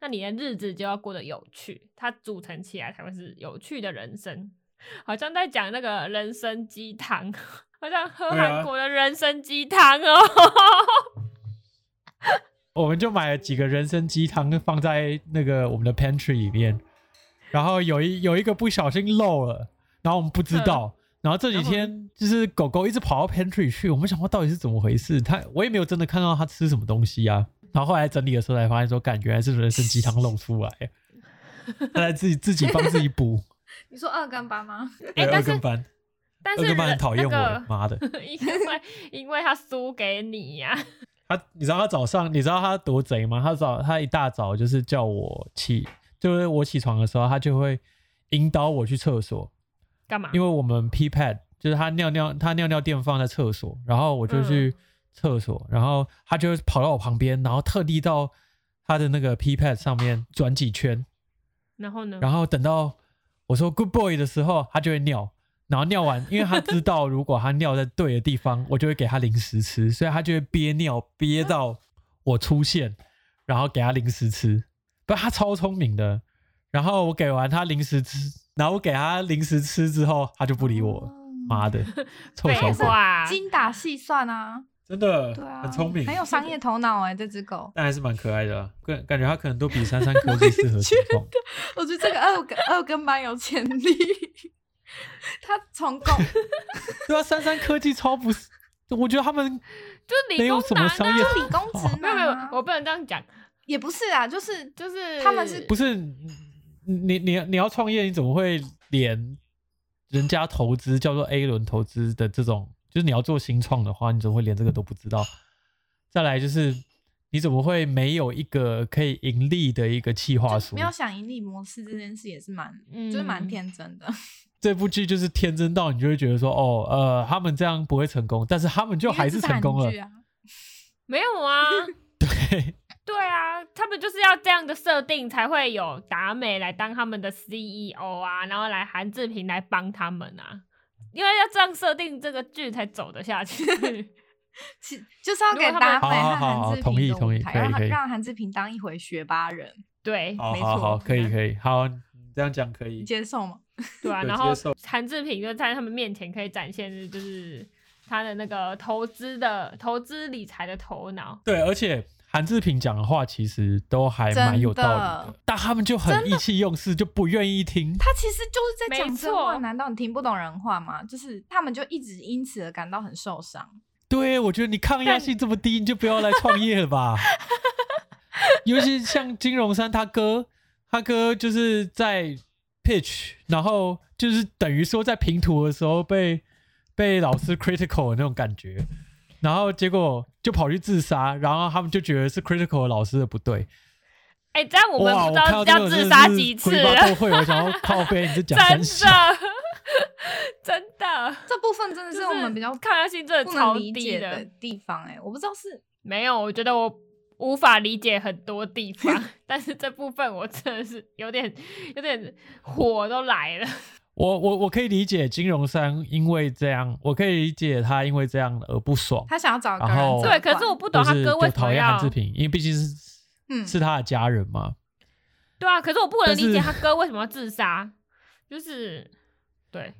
那你的日子就要过得有趣，它组成起来才会是有趣的人生。好像在讲那个人生鸡汤，好像喝
对啊
韩国的人生鸡汤哦。 (laughs)
我们就买了几个人参鸡汤放在那个我们的 pantry 里面，然后有一有一个不小心漏了，然后我们不知
嗯
道，然后这几天就是狗狗一直跑到 pantry 去，我们想说到底是怎么回事，它我也没有真的看到它吃什么东西啊，然后后来整理的时候才发现说，感觉还是人参鸡汤
(laughs)
漏出来，它在自己自己帮自己补，
你说二跟八吗？
对，
哎但
二
是
更班，
但
二
是
更班很
人
讨厌我，
那个
妈的，
(laughs) 因为因为他输给你呀、
他，你知道他早上，你知道他多贼吗？他早，他一大早就是叫我起，就是我起床的时候，他就会引导我去厕所，
干嘛？
因为我们 P pad 就是他尿尿，他尿尿垫放在厕所，然后我就去厕所，然后他就跑到我旁边，然后特地到他的那个 P pad 上面转几圈，
然后呢？
然后等到我说 good boy 的时候，他就会尿。然后尿完，因为他知道如果他尿在对的地方，我就会给他零食吃，所以他就会憋尿憋到我出现，然后给他零食吃。不，他超聪明的。然后我给完他零食吃，然后我给他零食吃之后，他就不理我了。
哦 (laughs)
妈的，臭
废
小鬼！
话，
精打细算啊，
真的，
对啊，
很聪明，
很有商业头脑哎、这只狗。
(laughs) 但还是蛮可爱的啦。啊感感觉他可能都比珊珊科技适合情况。
(laughs) 我觉得这个二跟二跟班有潜力， (laughs) 它从
(laughs)
狗
对啊，珊珊科技超不是，我觉得他们
就
没
理
有
工
什么
男
商
啊
业。
理工
哦
直
没有
男
没有，
啊、
我不能这样讲，
也不是啊，就是
就是
他们是
不是你你你你要创业，你怎么会连人家投资叫做 A 轮投资的这种，就是你要做新创的话，你怎么会连这个都不知道？再来就是你怎么会没有一个可以盈利的一个企划
就
书
没？有想盈利模式这件事也是蛮，
嗯
就是蛮天真的。
这部剧就是天真到你就会觉得说，哦，呃，他们这样不会成功，但是他 (laughs) 们就还是成功了
因为这。是韩剧啊。
没有啊，
对，
(laughs) 对啊，他们就是要这样的设定才会有达美来当他们的 CEO 啊，然后来韩志平来帮他们啊，因为要这样设定这个剧才走得下去。 (laughs)
其就是要给
如果他
达
们
美和
好好好
韩志
同意
平的
同意
舞台，
可以
让他
可以
让韩志平当一回学霸人，
对
好
没
哦好好，
错啊
可以可以，好，你这样讲可以
你。接受吗？
对啊，
对
然后
接受
韩志平就在他们面前可以展现就是他的那个投资的投资理财的头脑，
对，而且韩志平讲的话其实都还蛮有道理
真
的，但他们就很意气用事，就不愿意听。
他其实就是在讲真
没错
话，难道你听不懂人话吗？就是他们就一直因此而感到很受伤。
对，我觉得你抗压性这么低，你就不要来创业了吧。尤其像金融山他哥，他哥就是在 pitch，然后就是等于说在评图的时候被被老师 critical 的那种感觉，然后结果就跑去自杀，然后他们就觉得是 critical 的老师的不对。
哎、这样我们
哇
不知道
看到
要
这个
自
真的
杀
是
几次
鬼
了
八都会，我想要靠背，你
(laughs)
是
真
讲三小？
的，真的，
这部分真的
就是
我们比较
抗压性真的
不
超
能理
低
解
的。
的地方。哎，我不知道是
没有，我觉得我无法理解很多地方，
(laughs)
但是这部分我真的是有点有点火都来了。
哦我我我可以理解金融商因为这样，我可以理解他因为这样而不爽，
他想要找一个
然
人
后
对，
掌
可是
管
我不懂
就
他
是
哥为
就
什么
讨厌
要
韩志平，因为毕竟是
嗯
是他的家人嘛。
对啊，可是我不能理解
但
他
是
哥为什么要自杀，就是对，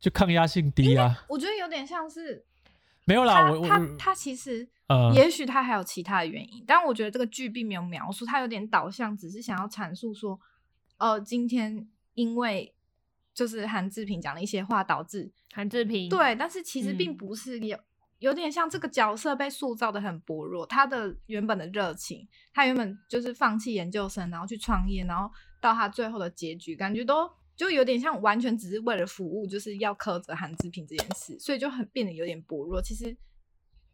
就抗压性低啊，
我觉得有点像是
没有啦，
他
我我
他他其实
呃，
也许他还有其他的原因，但我觉得这个剧并没有描述，他有点导向，只是想要阐述说，呃，今天因为就是韩志平讲了一些话导致
韩志平
对，但是其实
嗯
并不是有有点像这个角色被塑造的很薄弱，他的原本的热情，他原本就是放弃研究生，然后去创业，然后到他最后的结局，感觉都就有点像完全只是为了服务，就是要苛责韩志平这件事，所以就很变得有点薄弱。其实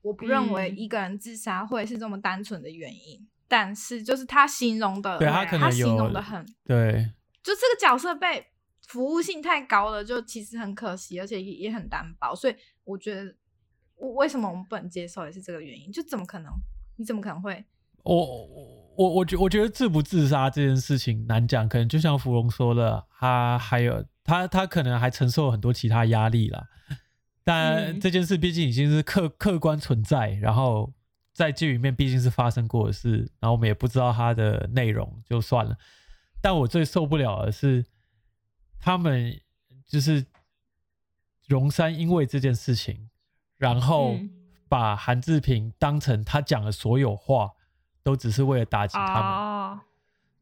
我不认为
嗯
一个人自杀会是这么单纯的原因，但是就是他形容的，
对
他
他
可
可
他
能
形
有
容的很
对
就这个角色被服务性太高了，就其实很可惜，而且也也很单薄，所以我觉得我为什么我们不能接受也是这个原因，就怎么可能？你怎么可能会？
我我我我觉我觉得自不自杀这件事情难讲，可能就像芙蓉说的，他还有他他可能还承受很多其他压力啦。但
嗯
这件事毕竟已经是客客观存在，然后在剧里面毕竟是发生过的事，然后我们也不知道它的内容，就算了。但我最受不了的是，他们就是荣山因为这件事情，然后
嗯
把韩志平当成他讲的所有话都只是为了打击他们。
哦，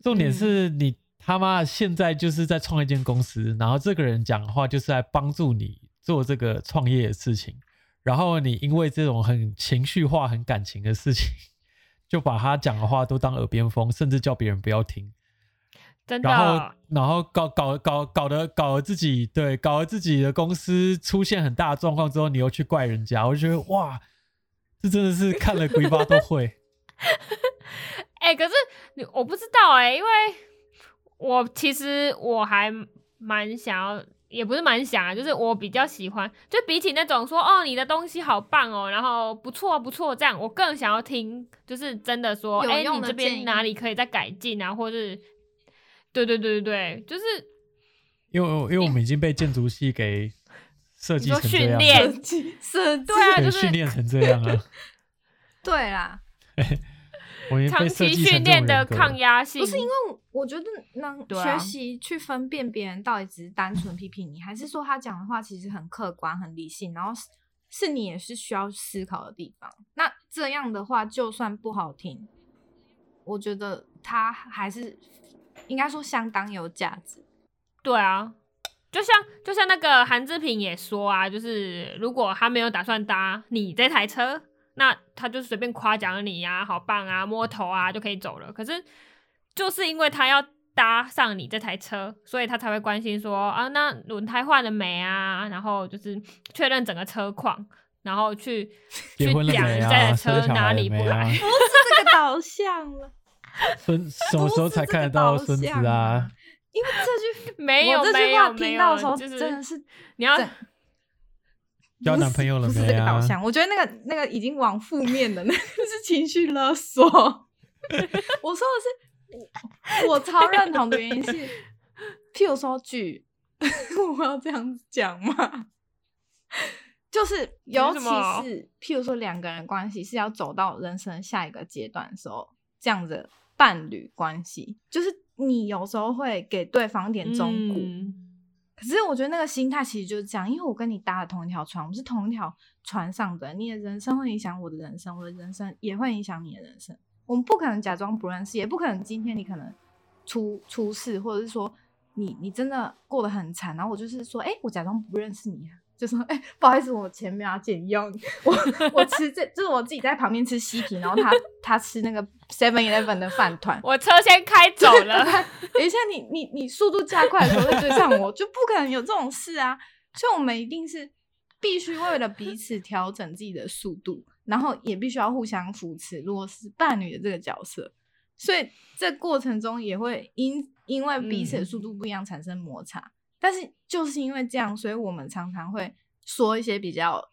重点是你他妈现在就是在创一间公司，然后这个人讲的话就是来帮助你做这个创业的事情，然后你因为这种很情绪化、很感情的事情，就把他讲的话都当耳边风，甚至叫别人不要听，
真的，
然后然后搞搞搞搞得搞得自己对搞得自己的公司出现很大的状况之后，你又去怪人家，我就觉得哇，这真的是看了鬼巴都会。
哎、可是你我不知道哎、因为我其实我还蛮想要，也不是蛮想啊，就是我比较喜欢，就比起那种说哦你的东西好棒哦，然后不错不错这样，我更想要听，就是真的说，
有
哎、
用
你
的
这
建议
边哪里可以再改进啊，或是对对对对对，就是
因为因为我们已经被建筑系给设计
你说
成这样
训
了，
练
设
(laughs)
计设计
哎对啊，
对，
就
训
是
练成这样啊，
(laughs) 对啦，
我已经
长
被设
期
计成
训
这
练
种
的
人格
抗
了。
压性，
不是因为我我觉得能
对啊
学习去分辨别人到底只是单纯批评你，还是说他讲的话其实很客观、很理性，然后是是你也是需要思考的地方。那这样的话，就算不好听，我觉得他还是应该说相当有价值。 (laughs)
对啊，就像就像那个韩志平也说啊，就是如果他没有打算搭你这台车，那他就随便夸奖你呀、好棒啊，摸头啊就可以走了。可是就是因为他要搭上你这台车，所以他才会关心说啊，那轮胎换了没啊？然后就是确认整个车况，然后去去
(laughs) 结婚了
讲
没
你这
啊？
台
生
车
小
哪
孩
里
了
不
没
来 (laughs)
啊。？
这个导向了，
孙什么时候才看得到孙子啊？？
因为这句
没有
我这
没
句话
有
听
没
到的时
有，
候，
就是
真的是
你要
整
交
不
男
是
朋友了
不是
没
这个导
啊？
向，我觉得那个那个已经往负面的，那个 (laughs) 是情绪勒
(laughs)
索。我说的是，我我超认同的原因是，譬如说剧， (laughs) 我要这样子讲吗？就是，尤
什
其
么
是譬如说两个人关系是要走到人生下一个阶段的时候，这样的伴侣关系，就是你有时候会给对方一点忠告，
嗯
可是我觉得那个心态其实就是这样，因为我跟你搭了同一条船，我们是同一条船上的人，你的人生会影响我的人生，我的人生也会影响你的人生。我们不可能假装不认识，也不可能今天你可能出出事，或者是说你你真的过得很惨，然后我就是说，哎、我假装不认识你啊，就说，哎、不好意思，我前面要减药，我我吃这就是我自己在旁边吃西皮，然后他他吃那个 Seven Eleven 的饭团，
我车先开走
(laughs)
了。
等一下你，你你速度加快的时候再追上我，就不可能有这种事啊！所以我们一定是必须为了彼此调整自己的速度，然后也必须要互相扶持。如果是伴侣的这个角色，所以这过程中也会因因为彼此的速度不一样产生摩擦。但是就是因为这样，所以我们常常会说一些比较，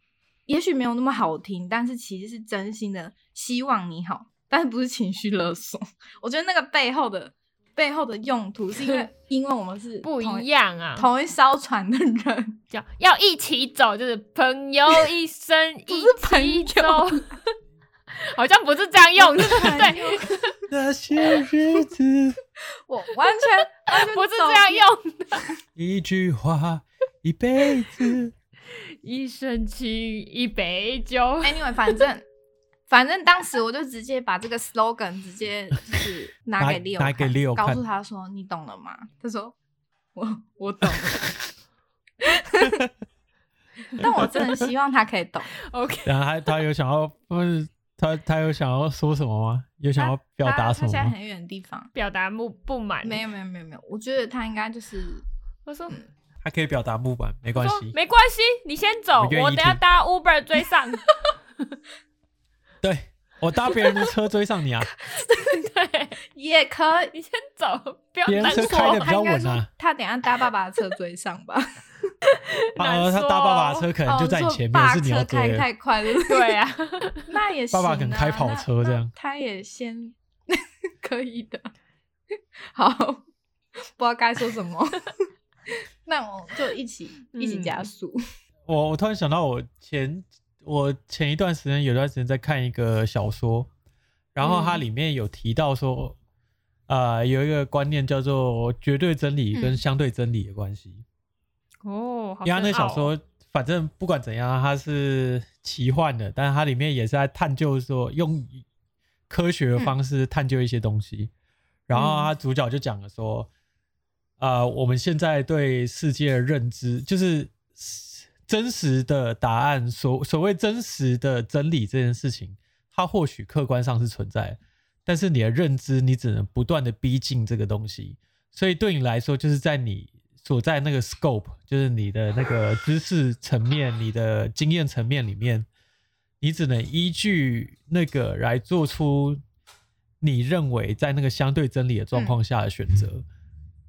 也许没有那么好听，但是其实是真心的希望你好，但是不是情绪勒索。我觉得那个背后的背后的用途是因
(laughs)
为因为我们是
不
同
一样啊，
同一艘船的人，
叫要一起走，就是朋友一 (laughs) 生一起走， (laughs) 好像 (laughs) 不是这样用，对，
那些日子，
我完全完全
不是
走
这样用，
一句话，一辈子。
一生情一杯酒，
Anyway，反正反正当时我就直接把这个 slogan 直接就是拿给
拿
六
拿给 Leo
告
看
诉他说你懂了
(laughs)
吗？他说我我懂了。 (laughs) 但我真的希望他可以懂，
OK，
然后他他有想要不是他他有想要说什么吗？有想要表达
他
什
他现在
么吗？
很远的地方，
表达不不满。
没有，没有没有没有，我觉得他应该就是
我说
他可以表达不满，没关
说
系。
没关系，你先走，
我愿意
我等下
听
搭 Uber 追 (laughs) 上。
对我搭别人的车追上你
(laughs)
啊，
对，
也可
(laughs)
以。
你先走，不要
别人
难
车开得
说
比
他
较
应该
稳
说
啊。
他等一下搭爸爸的车追上吧，
他
难
呃他
说
搭爸爸
哦
的车 (laughs) 可
哦，
能就在你
坐
前面，
爸
是你要
车
追
开
的。
太快
(laughs)
了，
对 (laughs) 啊，
那也行、啊。
爸爸可能开跑车这样
那那他也先 (laughs) 可以的。 (laughs) 好， (laughs) 不知道该说什
(laughs)
么， (laughs) 那我就一起一起
嗯
加速。
我我突然想到，我前我前一段时间有段时间在看一个小说，然后它
嗯
里面有提到
嗯
说，呃，有一个观念叫做绝对真理跟
嗯
相对真理的关系。
哦，好
因为他那
深
小
奥哦
说，反正不管怎样，它是奇幻的，但是它里面也是在探究说用科学的方式探究一些东
嗯
西。然后他主角就讲了说，呃，我们现在对世界的认知，就是真实的答案，所所谓真实的真理这件事情，它或许客观上是存在的，但是你的认知，你只能不断的逼近这个东西。所以对你来说，就是在你所在那个 scope，就是你的那个知识层面、你的经验层面里面，你只能依据那个来做出你认为在那个相对真理的状况下的选择。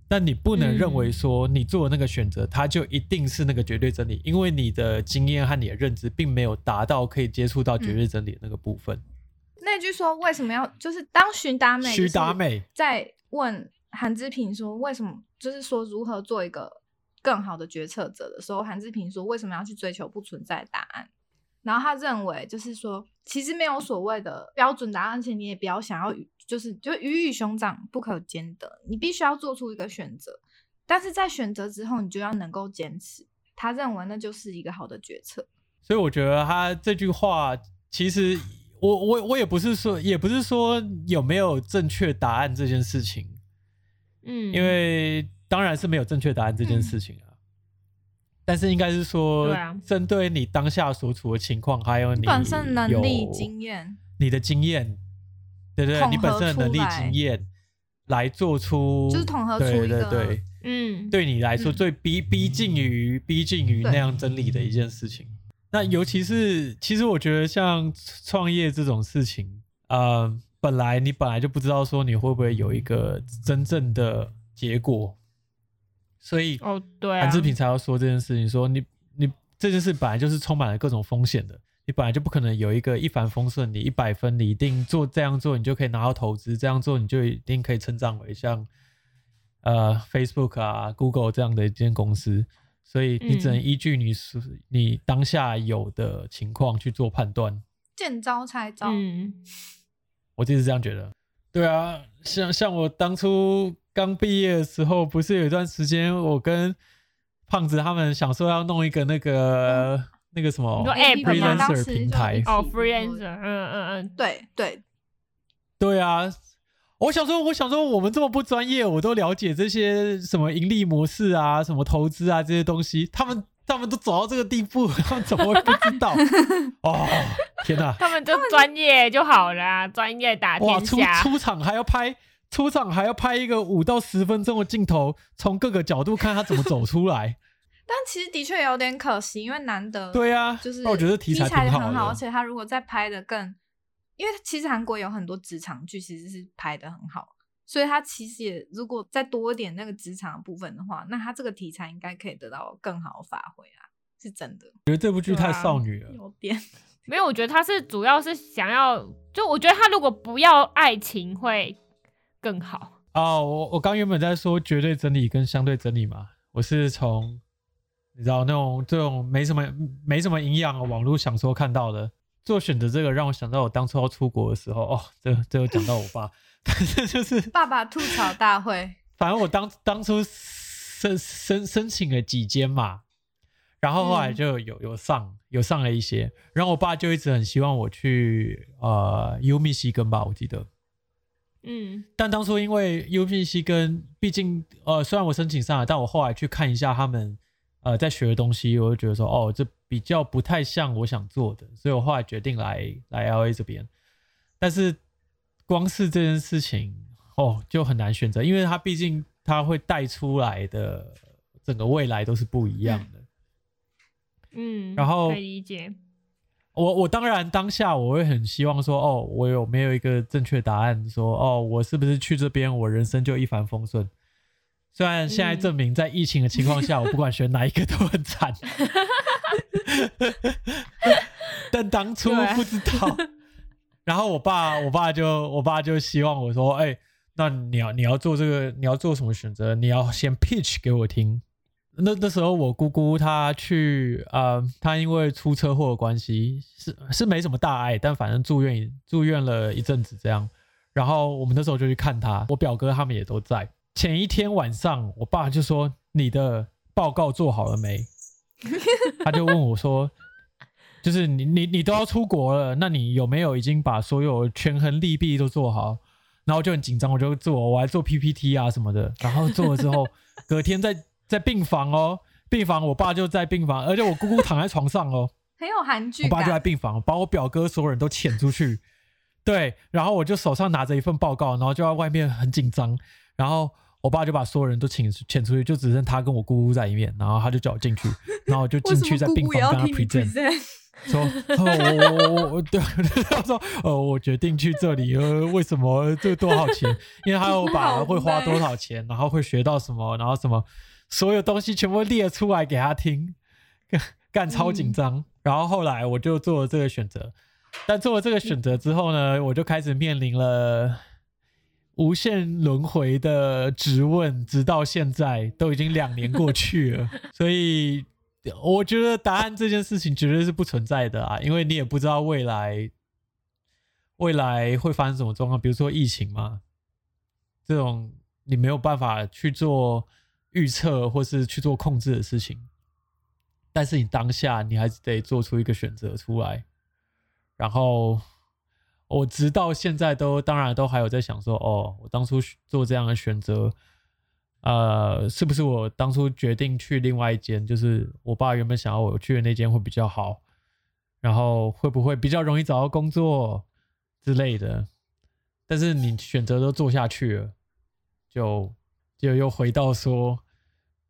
但你不能认为说你做的那个选择，它就一定是那个绝对真理，因为你的经验和你的认知并没有达到可以接触到绝对真理的那个部分。
那句说为什么要就是当徐达美，
徐达美，
在问韩志平说为什么，就是说如何做一个更好的决策者的时候，韩志平说为什么要去追求不存在的答案？然后他认为就是说，其实没有所谓的标准答案，而且你也不要想要与，就是就鱼与熊掌不可兼得，你必须要做出一个选择，但是在选择之后，你就要能够坚持。他认为那就是一个好的决策。
所以我觉得他这句话，其实我我我也不是说，也不是说有没有正确答案这件事情，
嗯，
因为当然是没有正确答案这件事情啊。但是应该是说
对啊，
针对你当下所处的情况，还有你
本身能力
有
经验
你的经验，对对，对
统
你本
合
身的能力
出来
经验来做出，
就是统合出
哦对
一
对
个
对，
嗯，
对你来说
嗯
最逼逼近于逼近于
对
那样真理的一件事情。那尤其是，其实我觉得像创业这种事情，呃，本来你本来就不知道说你会不会有一个真正的结果，所以
哦，对啊，
韩志平才要说这件事情，说你你这件事本来就是充满了各种风险的，你本来就不可能有一个一帆风顺，你一百分你一定做这样做，你就可以拿到投资，这样做你就一定可以成长为像呃 Facebook 啊、Google 这样的一间公司，所以你只能
嗯
依据你所你当下有的情况去做判断。
见招拆招，
嗯，
我自己是这样觉得。对啊，像像我当初刚毕业的时候，不是有一段时间，我跟胖子他们想说要弄一个那个、那个什么
你说
A P P 嘛
Freelancer
当时就
平
一
台
起
哦
做
，freelancer，嗯嗯嗯，
对对，
对啊，我想说，我想说，我们这么不专业，我都了解这些什么盈利模式啊、什么投资啊这些东西，他们他们都走到这个地步， (laughs) 他们怎么会不
(laughs)
知道？哦，天哪！
他们就专业就好啦，专业
啊
打
哇，
天
出
下，
出场还要拍，出场还要拍一个五到十分钟的镜头，从各个角度看他怎么走
(laughs)
出来。
但其实的确有点可惜，因为难得
对啊，
呃就是
那我觉得题
题
材
材
挺
也
好
很
的，
好，而且他如果再拍的更，因为其实韩国有很多职场剧其实是拍的很好，所以他其实也如果再多一点那个职场的部分的话，那他这个题材应该可以得到更好的发挥啊，是真的
觉得这部剧太少女
啊
了。
有点
没有，我觉得他是主要是想要，就我觉得他如果不要爱情会更好，
哦，我我刚原本在说绝对真理跟相对真理嘛，我是从你知道那种这种没什么没什么营养的网络小说看到的。做选择这个让我想到我当初要出国的时候，哦，这这又讲到我爸， (laughs) 反正就是
爸爸吐槽大会，
反正我当当初申申申请了几间嘛，然后后来
嗯
就有有上有上了一些，然后我爸就一直很希望我去呃 U 密西根吧，我记得。
嗯
但当初因为 U 密西根，毕竟呃虽然我申请上了，但我后来去看一下他们呃在学的东西，我就觉得说哦，这比较不太像我想做的，所以我后来决定来来 L A 这边。但是光是这件事情哦，就很难选择，因为它毕竟它会带出来的整个未来都是不一样的。
嗯，
然后
可以理解，
我我当然当下我会很希望说，哦，我有没有一个正确答案说哦，我是不是去这边，我人生就一帆风顺？虽然现在
嗯
证明在疫情的情况下，我不管选哪一个都很惨，但当初
对
不知道。 (laughs) 然后我爸，我爸就我爸就希望我说，哎、那你要你要做这个，你要做什么选择？你要先 pitch 给我听。那那时候我姑姑她去，呃，她因为出车祸的关系，是是没什么大碍，但反正住院住院了一阵子这样。然后我们那时候就去看她，我表哥他们也都在。前一天晚上，我爸就说：“你的报告做好了没？” (laughs) 他就问我说：“就是你你你都要出国了，那你有没有已经把所有权衡利弊都做好？”然后我就很紧张，我就做，我还做 PPT 啊什么的。然后做了之后，隔天在在病房哦，病房我爸就在病房，而且我姑姑躺在床上哦，
很有韩剧
我爸就在
感。
病房，把我表哥所有人都遣出去。对，然后我就手上拿着一份报告，然后就在外面很紧张，然后我爸就把所有人都请遣出去，就只剩他跟我姑姑在里面，然后他就叫我进去，然后我就进去在病房跟他 present。说， (laughs) 哦、我我我我对， (laughs) 他说，呃，我决定去这里，呃，为什么这多少钱？因为他有把
好
会花
累
多少钱，然后会学到什么，然后什么，所有东西全部列出来给他听，干干超紧
嗯
张。然后后来我就做了这个选择，但做了这个选择之后呢，我就开始面临了。无限轮回的质问，直到现在都已经两年过去了， (laughs) 所以我觉得答案这件事情绝对是不存在的啊，因为你也不知道未来未来会发生什么状况，比如说疫情嘛，这种你没有办法去做预测或是去做控制的事情，但是你当下你还是得做出一个选择出来，然后我直到现在都当然都还有在想说，哦，我当初做这样的选择，呃，是不是我当初决定去另外一间，就是我爸原本想要我去的那间会比较好，然后会不会比较容易找到工作之类的？但是你选择都做下去了，就就又回到说，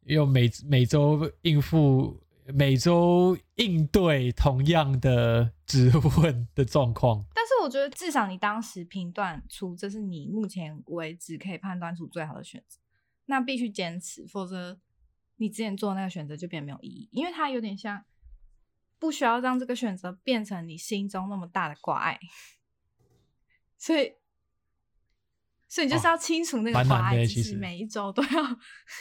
又每每周应付每周应对同样的质问的状况。
但是我觉得，至少你当时评断出这是你目前为止可以判断出最好的选择，那必须坚持，否则你之前做的那个选择就变没有意义，因为它有点像不需要让这个选择变成你心中那么大的挂碍，所以，所以你就是
哦
要清除那
蛮
个
难
挂碍，
的
就
其
是
实
每一周都要 (laughs)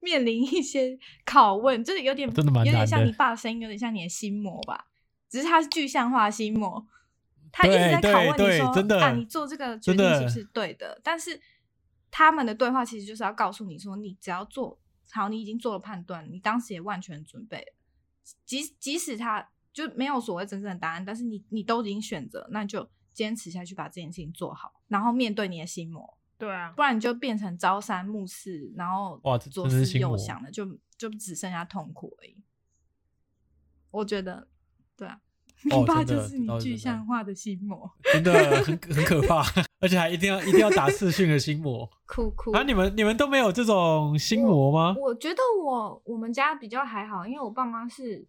面临一些拷问，就是有点
真的蛮
有
难
点像
的
你爸的声音，有点像你的心魔吧。只是它是具象化心魔，他一
对
直在拷问
对
你说
对真的
啊，你做这个决
真
定
的
是不是对的？但是他们的对话其实就是要告诉你说，你只要做好，你已经做了判断，你当时也万全准备了。即即使他就没有所谓真正的答案，但是你你都已经选择，那就坚持下去，把这件事情做好，然后面对你的心魔，
对啊，
不然你就变成朝三暮四，然后
哇这
左
真是哦
思
心
右
魔
想的，就就只剩下痛苦而已。我觉得，对啊，你
哦
爸
真的
就是
这倒
你
是
具
真的
象化的心魔，
真的很很可怕，而且还一定要一定要打视讯的心魔。
哭哭。
啊，你们你们都没有这种心魔吗？
我觉得我我们家比较还好，因为我爸妈是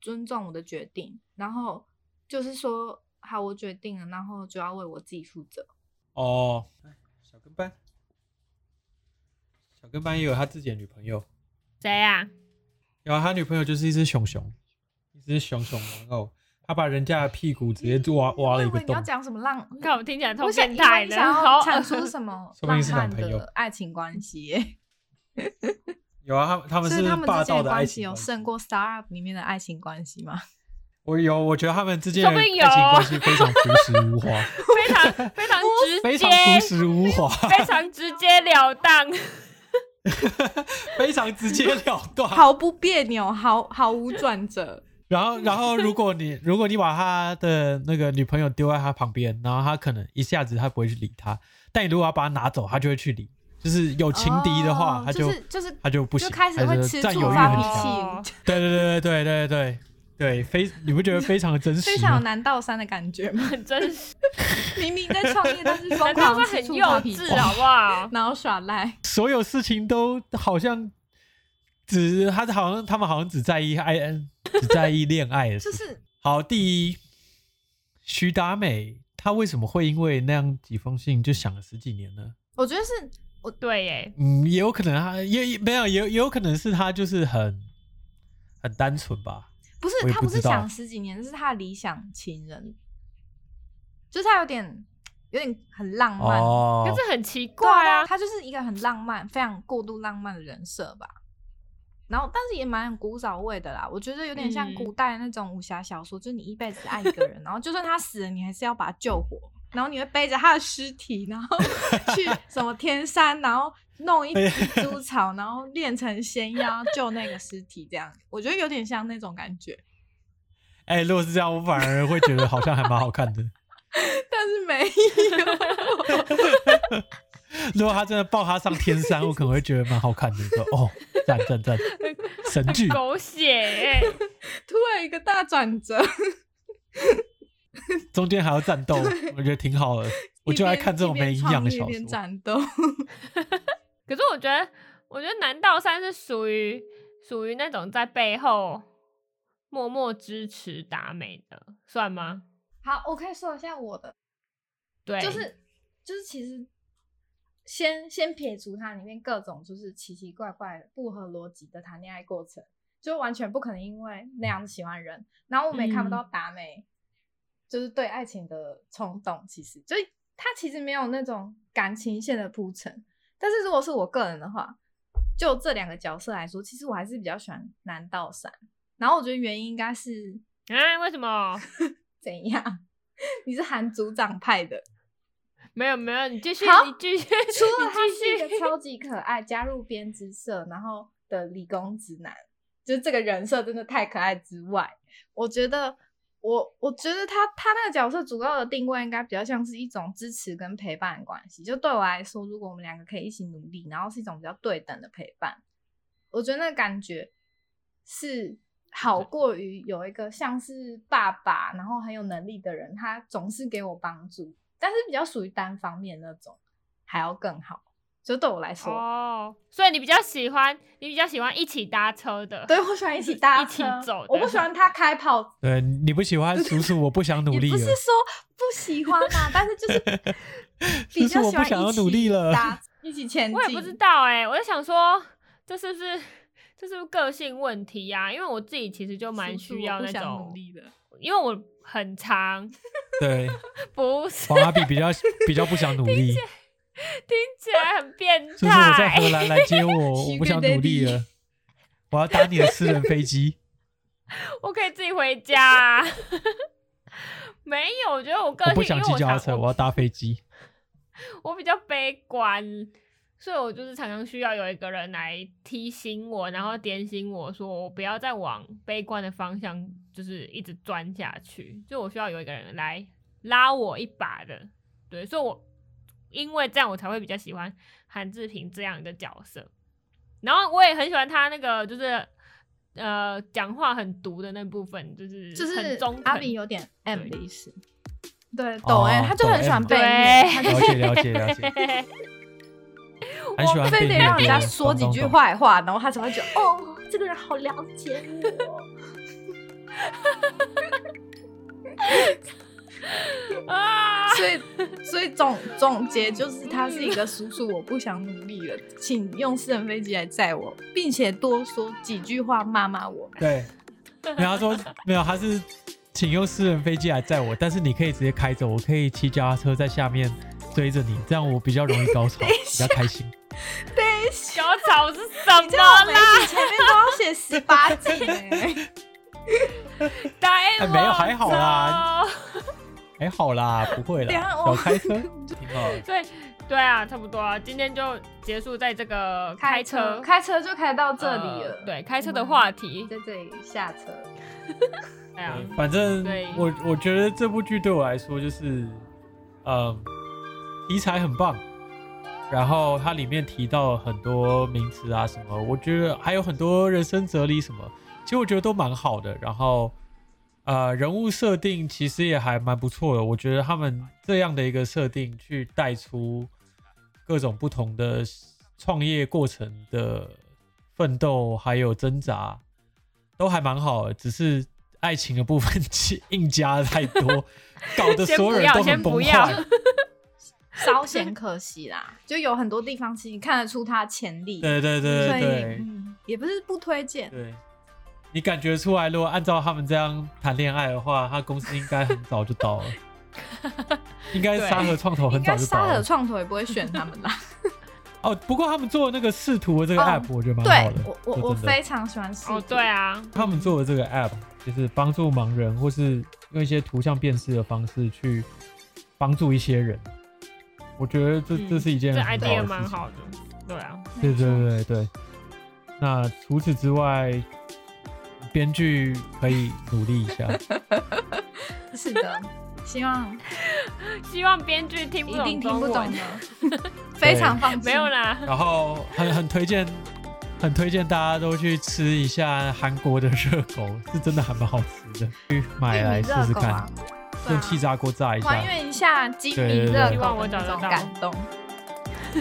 尊重我的决定，然后就是说，好，我决定了，然后就要为我自己负责。
哦，小跟班，小跟班也有他自己的女朋友，
谁啊？
然后他女朋友就是一只熊熊，一只熊熊玩偶，他把人家的屁股直接挖挖
我
了
以
一个
为你要
洞。
讲什么浪？
看我听起来超
我想
变
以为
态
你
的，
想要
好
产出什么
(laughs) 说不定
浪
是男
漫
朋友
的爱情关系耶、
有啊，他他们
所
是
以他们
霸
之间
道
的
的爱
关系
情
有
关系。
胜过 Star Up 里面的爱情关系吗？
我有，我觉得他们之间的
说不
爱
定
情
有
关系非常朴实
(laughs)
无华，
(laughs) 非常非常直接，
非常朴实无华，
非常直截了当。
非常直截了当。
毫不别扭，毫毫无转折。
然后，然后，如果你如果你把他的那个女朋友丢在他旁边，然后他可能一下子他不会去理他，但你如果要把他拿走，他就会去理。就是 (laughs) 有情敌的话，
哦
他
就
就是
就是
他就不行，
就开始
他
会
的
吃
占
醋
有欲
发
很
脾
强。
强
气，
对对对对对对对对，非你不觉得非常的真实吗？
非常有南道山的感觉
(laughs)
吗？
很真实，
明明在创业， (laughs) 但是 (laughs) 疯
难道
狂
说
吃
很
醋
幼
发脾气
稚，，好不好？
然后耍
(laughs)
赖。
所有事情都好像只他好像他们好像只在意爱， (laughs) 只在意恋爱的事。
就是
好，第一，徐达美她为什么会因为那样几封信就想了十几年呢？
我觉得是
对耶，
嗯，也有可能她也也没有，也有也有可能是她就是很很单纯吧。
不是
我也
他
不
不是
知道
想十几年，是他的理想情人，就是他有点有点很浪漫，
哦
可，是很奇
对
怪啊，
他就是一个很浪漫、非常过度浪漫的人设吧。然后，但是也蛮有古早味的啦，我觉得有点像
嗯
古代那种武侠小说，就是你一辈子爱一
(laughs)
个人，然后就算他死了，你还是要把他救活，然后你会背着他的尸体，然
(laughs)
后去什么天山，然后弄一
哎
匹猪草，然后炼成仙药救那个尸体，这样我觉得有点像那种感觉，
哎、如果是这样，我反而会觉得好像还蛮好看的。
但是没有。
如果他真的抱她上天山，我可能会觉得蛮好看的，说哦，赞赞赞，神剧。
狗血耶，
突然一个大转折，
中间还要战斗，我觉得挺
(laughs)
好的。 (laughs) 我就爱看这种没营养的
一边
小
创业一边
说。
战斗。 (laughs)
可是我觉得，我觉得南道山是属于属于那种在背后默默支持达美的，算吗？
好，我可以说一下我的，
对，
就是就是其实先先撇除它里面各种就是奇奇怪怪的不合逻辑的谈恋爱过程，就完全不可能因为那样喜欢人，然后我们也看不到达美、就是对爱情的冲动，其实就是他其实没有那种感情线的铺陈，但是如果是我个人的话，就这两个角色来说，其实我还是比较喜欢南道山，然后我觉得原因应该是 (laughs)
啊，为什么？
怎样？你是含组长派的，
没有没有，你继续，
好
你继
(laughs)
续，
除了他
你
是一
继 (laughs)
个
续。
超级可爱，加入编织社然后的理工直男，就是这个人设真的太可爱之外，我觉得我我觉得他他那个角色主要的定位应该比较像是一种支持跟陪伴的关系。就对我来说，如果我们两个可以一起努力，然后是一种比较对等的陪伴，我觉得那个感觉是好过于有一个像是爸爸，然后很有能力的人，他总是给我帮助，但是比较属于单方面那种，还要更好。就对我来说，
哦，所以你比较喜欢，你比较喜欢一起搭车的，
对我喜欢一起搭
一起
车
走的
我不喜欢他开跑
对，你不喜欢叔叔，我不想努
也
力
不
了
是。说不喜欢嘛，但是就是
(laughs)
比
(laughs) 是
较
我
喜
不
欢
想要
一起
努力了
搭，一起前进。
我也不知道哎、我就想说，这是不是这是不是个性问题呀、因为我自己其实就蛮
叔叔
需要
我不
那
想
种
努，力的。
因为我很长， (laughs)
(laughs) 对，
不是
黄阿比比较比较不想努
(laughs)
力。
听起来很变
叔叔，我在
态。
荷兰来接我，我不想努
(laughs)
力了，我要搭你的私人飞机。
我可以自己回家、 (laughs) 啊。没有，我觉得我个
我
性，
不想
因为
骑
我
脚踏
常
车，我
我
要搭
(laughs)
飞机。
我比较悲观，所以我就是常常需要有一个人来提醒我，然后点醒我说我不要再往悲观的方向，就是一直钻下去。就我需要有一个人来拉我一把的，对，所以我因为这样我才会比较喜欢韩志平这样的角色。然后我也很喜欢他那个就是呃讲话很毒的那部分，就是
就是
很中
阿
肯 (laughs)
炳有点 M 的意思，对，
哦
抖 M，他就很喜欢被
抖 M
虐，
(laughs)
他就
了
是
解了解了解，很喜欢被
哦非得让人家说几句。坏话，然后他才会觉得哦，这个人好了解我。
啊，
所以，所以总总结就是，他是一个叔叔，我不想努力了，请用私人飞机来载我，并且多说几句话骂骂我。
(laughs) 对，没有他说没有，他是请用私人飞机来载我，但是你可以直接开着，我可以骑脚踏车在下面追着你，这样我比较容易高潮，比较开心。
哎小草是什
你
么
知道我
啦
每？集前面都要写十八欸集
(laughs)
呢，
带
哎
我
没有还好啦
走。
还哎好啦，不会
等一
啦，
下
小
我 (laughs)
开车挺好的。
对对啊，差不多啊，今天就结束在这个车
开车就开到这里
呃
了，
对，开车的话题
我们，在这里下车。嗯
对啊，
反正
对
我我觉呃得这部剧对我来说就是，嗯，题材很棒，然后它里面提到很多名词啊什么，我觉得还有很多人生哲理什么，其实我觉得都蛮好的。然后，呃，人物设定其实也还蛮不错的，我觉得他们这样的一个设定去带出各种不同的创业过程的奋斗还有挣扎，都还蛮好的。只是爱情的部分 (laughs) 硬加的太多，搞得
先
所有
不
人
要
都
先
很崩
不要
溃。
(laughs) 稍显可惜啦，就有很多地方其实看得出它潜力，
对对对
所
对
以
对。
嗯，也不是不推荐，
对，你感觉出来，如果按照他们这样谈恋爱的话，他公司应该很早就倒了，应该
对
沙河创投
应
哦很早
该
就倒
沙
了
河。创投也不会选他们啦。
哦，不过他们做的那个视图的这个
哦
app，、我觉得 (laughs) 蛮好
对
的。
我我
说
我
真的
非常喜欢视
哦，
图
对，啊，
他们做的这个 app 就是帮助盲人，或是用一些图像辨识的方式去帮助一些人。我觉得这、
嗯
这是一件
这
很好的
idea
事
蛮
情
好的，对啊，
对
没错
对对对。那除此之外，编剧可以努力一下。
是的，希望
希望编剧听不
一
懂
定听不
中
懂
文
的，非常放心。
没
(laughs)
有啦， (laughs)
然后很很推荐，很推荐大家都去吃一下韩国的热狗，是真的还蛮好吃的，去买来试试
玉米热狗
看，
啊 (laughs) 对
用
啊
气炸锅炸一下
还。原一下金
对对
明
对
热
希
望
狗
我
的那
找得
种
到
感动。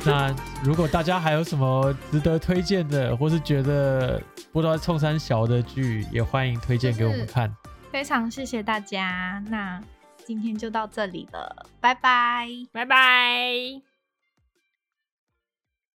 那如果大家还有什么值得推荐的，或是觉得不知道冲山小的剧，也欢迎推荐给我们看。
非常谢谢大家，那今天就到这里了，拜拜。
拜拜。